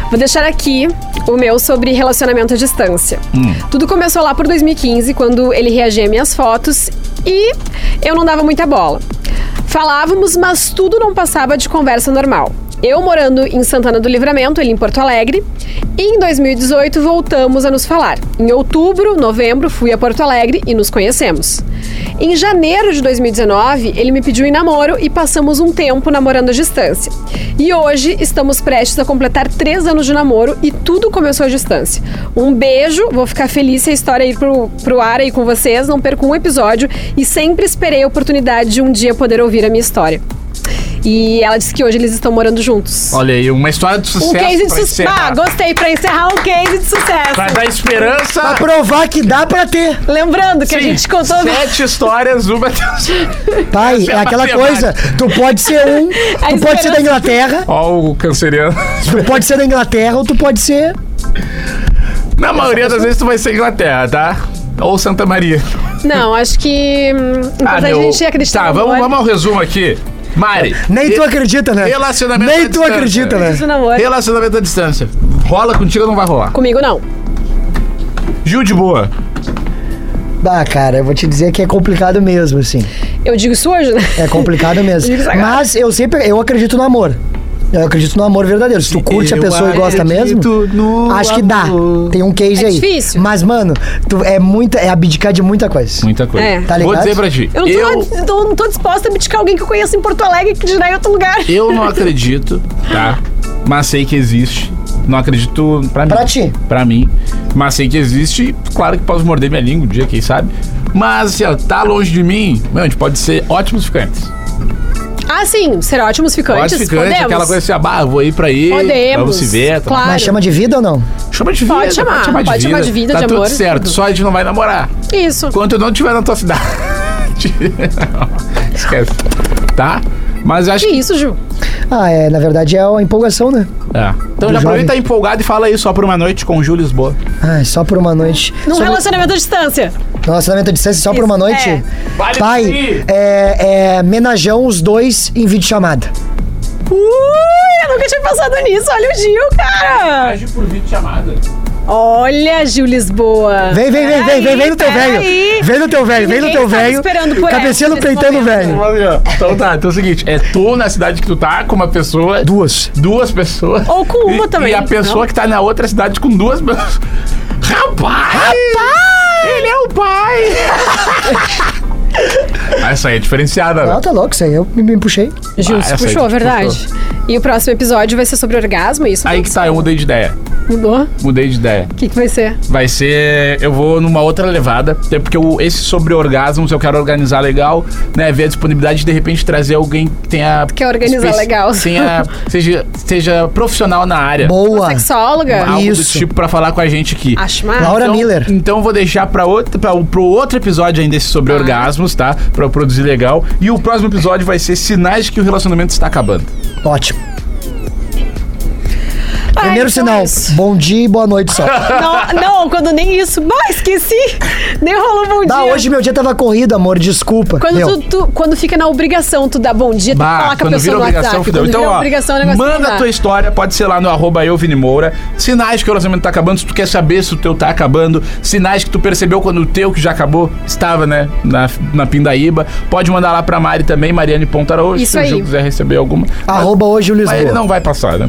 Speaker 3: Vou deixar aqui o meu sobre relacionamento à distância. Tudo começou lá por 2015, quando ele reagia a minhas fotos e eu não dava muita bola. Falávamos, mas tudo não passava de conversa normal. Eu morando em Santana do Livramento, ele em Porto Alegre, e em 2018 voltamos a nos falar. Em outubro, novembro, fui a Porto Alegre e nos conhecemos. Em janeiro de 2019, ele me pediu em namoro e passamos um tempo namorando à distância. E hoje estamos prestes a completar três anos de namoro e tudo começou à distância. Um beijo, vou ficar feliz se a história ir pro, pro ar aí com vocês, não perco um episódio e sempre esperei a oportunidade de um dia poder ouvir a minha história. E ela disse que hoje eles estão morando juntos.
Speaker 2: Olha aí, uma história de sucesso.
Speaker 3: um case de
Speaker 2: pra
Speaker 3: sucesso.
Speaker 2: encerrar.
Speaker 3: Ah, gostei, pra encerrar um case de sucesso.
Speaker 2: Pra dar esperança.
Speaker 4: Pra provar que dá pra ter.
Speaker 3: Lembrando que a
Speaker 2: Sim,
Speaker 3: gente contou. né?
Speaker 2: Sete histórias, uma.
Speaker 4: Pai,
Speaker 2: Essa é
Speaker 4: é
Speaker 2: uma
Speaker 4: aquela
Speaker 2: verdade.
Speaker 4: coisa. Tu pode
Speaker 3: *laughs*
Speaker 4: ser um, tu pode ser
Speaker 3: esperança.
Speaker 4: da Inglaterra,
Speaker 2: *laughs* Ó, o canceriano.
Speaker 4: tu pode ser da Inglaterra ou tu pode ser.
Speaker 2: Na maioria das vezes tu vai ser Inglaterra, tá? Ou Santa Maria.
Speaker 3: Não, acho que. Hum, importante a
Speaker 2: meu.
Speaker 3: gente acreditar.
Speaker 2: Ah, Tá,
Speaker 3: no
Speaker 2: vamos,
Speaker 3: amor.
Speaker 2: vamos ao resumo aqui. Mari.
Speaker 4: Nem tu
Speaker 2: e-
Speaker 4: acredita, né?
Speaker 2: Relacionamento à
Speaker 4: Nem tu
Speaker 2: distância.
Speaker 4: acredita, né?
Speaker 3: Isso não é.
Speaker 2: Relacionamento à distância. Rola contigo ou não vai rolar?
Speaker 3: Comigo não.
Speaker 2: Gil de boa.
Speaker 4: Ah, cara, eu vou te dizer que é complicado mesmo, assim.
Speaker 3: Eu digo isso hoje, né? *laughs*
Speaker 4: É complicado mesmo.
Speaker 3: Digo isso é agora.
Speaker 4: Mas eu sempre. Eu acredito no amor. Eu acredito no amor verdadeiro. Se tu curte a
Speaker 2: Eu
Speaker 4: pessoa e gosta mesmo,
Speaker 2: acredito no
Speaker 4: acho que dá.
Speaker 2: amor.
Speaker 4: Tem um case
Speaker 3: É
Speaker 4: aí.
Speaker 3: difícil.
Speaker 4: Mas, mano, tu é muita. É abdicar de muita coisa.
Speaker 2: Muita coisa.
Speaker 3: É. Tá
Speaker 2: Vou
Speaker 4: ligado?
Speaker 2: dizer pra ti.
Speaker 3: Eu não, tô, eu não tô disposta a criticar alguém que eu conheço em Porto Alegre que dirá em outro lugar.
Speaker 2: Eu não acredito, tá? Mas sei que existe. Não acredito pra mim.
Speaker 4: Pra ti.
Speaker 2: Pra mim. Mas sei que existe. Claro que posso morder minha língua um dia, quem sabe. Mas, assim, ó, tá longe de mim. Meu, a gente pode ser ótimos ficantes.
Speaker 3: Ah, sim, ser ótimos ficantes.
Speaker 2: Pode ficante,
Speaker 3: podemos.
Speaker 2: aquela coisa assim, ah, bah, vou ir pra aí,
Speaker 3: Podemos,
Speaker 2: vamos se ver. tá?
Speaker 3: claro.
Speaker 4: Mas chama de vida ou não?
Speaker 2: Chama de vida,
Speaker 3: Pode chamar, pode chamar de vida,
Speaker 2: tá
Speaker 3: de
Speaker 2: tudo
Speaker 3: amor,
Speaker 2: certo,
Speaker 3: tudo.
Speaker 2: só a gente não vai namorar.
Speaker 3: Isso.
Speaker 2: Enquanto eu não estiver na tua cidade. *laughs* Esquece. Tá? Mas eu acho
Speaker 3: Que
Speaker 2: que.
Speaker 3: isso, Ju?
Speaker 4: Ah, é, na verdade é uma empolgação, né?
Speaker 2: É. Então já
Speaker 4: jovem.
Speaker 2: aproveita empolgado e fala aí só por uma noite com o Júlio Lisboa.
Speaker 4: Ai, Ah, é só por uma noite.
Speaker 3: Num
Speaker 4: Sobre-
Speaker 3: relacionamento à distância.
Speaker 4: Relacionamento à distância é só por uma
Speaker 3: Isso,
Speaker 4: noite?
Speaker 3: é.
Speaker 2: Vale
Speaker 4: Pai,
Speaker 2: sim.
Speaker 4: é, é, menajão os dois em vídeo chamada.
Speaker 3: Ui, eu nunca tinha pensado nisso. Olha o Gil, cara.
Speaker 2: por vídeo chamada.
Speaker 3: Olha, Gil Lisboa.
Speaker 4: Vem, vem, vem, vem, vem, vem no teu
Speaker 3: Peraí,
Speaker 4: velho.
Speaker 3: peraí.
Speaker 4: Vem no teu velho, vem no
Speaker 3: Ninguém
Speaker 4: teu
Speaker 3: tava
Speaker 4: velho.
Speaker 3: esperando por
Speaker 4: Cabecinha
Speaker 3: essa
Speaker 4: no
Speaker 3: nesse
Speaker 4: peitão do
Speaker 3: momento.
Speaker 4: velho.
Speaker 2: Então tá, então é o seguinte: é tu na cidade que tu tá com uma pessoa.
Speaker 4: Duas.
Speaker 2: Duas pessoas.
Speaker 3: Ou com uma
Speaker 2: e,
Speaker 3: também,
Speaker 2: E a pessoa
Speaker 3: não?
Speaker 2: que tá na outra cidade com duas pessoas. Rapaz! Rapaz! Ele é o pai! *laughs* ah, essa aí é diferenciada,
Speaker 4: Ah,
Speaker 2: né?
Speaker 4: tá louco, isso aí eu me, me puxei.
Speaker 3: Gil,
Speaker 2: Ah,
Speaker 3: se
Speaker 2: essa aí
Speaker 3: puxou,
Speaker 2: te
Speaker 3: verdade. E o próximo episódio vai ser sobre orgasmo, é isso?
Speaker 2: Aí que tá, eu mudei de ideia.
Speaker 3: Mudou?
Speaker 2: Mudei de ideia.
Speaker 3: O que, que vai ser?
Speaker 2: Vai ser. Eu vou numa outra levada. Até porque eu- esse sobre orgasmos eu quero organizar legal, né? Ver a disponibilidade e de repente trazer alguém que tenha.
Speaker 3: Quer organizar
Speaker 2: especi-
Speaker 3: legal. *laughs*
Speaker 2: Tenha, seja, seja profissional na área.
Speaker 4: Boa.
Speaker 3: Sexóloga?
Speaker 2: Algo
Speaker 4: Isso.
Speaker 2: desse tipo pra falar com a gente aqui.
Speaker 3: Acho mais.
Speaker 4: Laura
Speaker 2: Então-
Speaker 4: Miller.
Speaker 2: Então vou deixar pra outro, pra, pro outro episódio ainda esse
Speaker 3: Ah.
Speaker 2: sobre orgasmos, tá? Pra eu produzir legal. E o próximo episódio vai ser sinais de que o relacionamento está acabando.
Speaker 4: Ótimo.
Speaker 3: Ai,
Speaker 4: Primeiro
Speaker 3: então
Speaker 4: sinal,
Speaker 3: é isso.
Speaker 4: bom dia e boa
Speaker 3: *laughs*
Speaker 4: noite só.
Speaker 3: Não, não, quando nem isso. Bah, esqueci. Nem rolou bom
Speaker 4: Bah,
Speaker 3: dia.
Speaker 4: Ah, hoje meu dia tava corrido, amor, desculpa.
Speaker 3: Quando,
Speaker 4: Meu,
Speaker 3: tu, tu- quando fica na obrigação, tu dá bom dia, tu fala com a
Speaker 2: quando vira
Speaker 3: pessoa no
Speaker 2: obrigação,
Speaker 3: WhatsApp.
Speaker 2: fudeu.
Speaker 3: Quando
Speaker 2: Então,
Speaker 3: vira
Speaker 2: ó,
Speaker 3: obrigação, o negócio não
Speaker 2: manda
Speaker 3: dá.
Speaker 2: a tua história, pode ser lá no arroba eu, Vini Moura. Sinais que o relacionamento tá acabando, se tu quer saber se o teu tá acabando. Sinais que tu percebeu quando o teu, que já acabou, estava, né, na, na pindaíba. Pode mandar lá pra Mari também, Mariane Pontaroso,
Speaker 3: Isso
Speaker 2: se
Speaker 3: aí.
Speaker 2: o Gil quiser receber alguma.
Speaker 4: Arroba hoje o
Speaker 2: Mas ele
Speaker 4: Lisboa.
Speaker 2: não vai passar, né?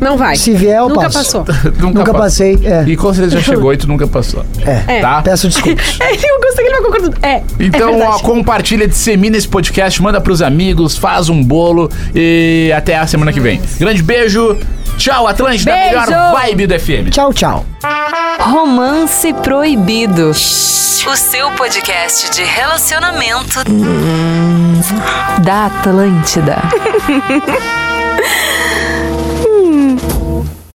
Speaker 3: Não vai.
Speaker 4: Se vier, eu
Speaker 3: Nunca
Speaker 4: passo.
Speaker 3: passou. *laughs*
Speaker 4: Nunca
Speaker 2: passa.
Speaker 4: passei, é.
Speaker 2: E com
Speaker 4: *laughs*
Speaker 2: certeza já chegou e tu nunca passou.
Speaker 4: É.
Speaker 3: É.
Speaker 2: Tá?
Speaker 3: *laughs*
Speaker 4: Peço desculpas.
Speaker 3: É, eu gostei que ele vai concordando. É. é
Speaker 2: Então, ó,
Speaker 3: verdade.
Speaker 2: compartilha, dissemina esse podcast, manda pros amigos, faz um bolo e até a semana que vem. Grande beijo. Tchau, Atlântida, a melhor
Speaker 3: Beijo.
Speaker 2: vibe do FM.
Speaker 4: Tchau, tchau.
Speaker 1: Romance Proibido. O seu podcast de relacionamento da Atlântida.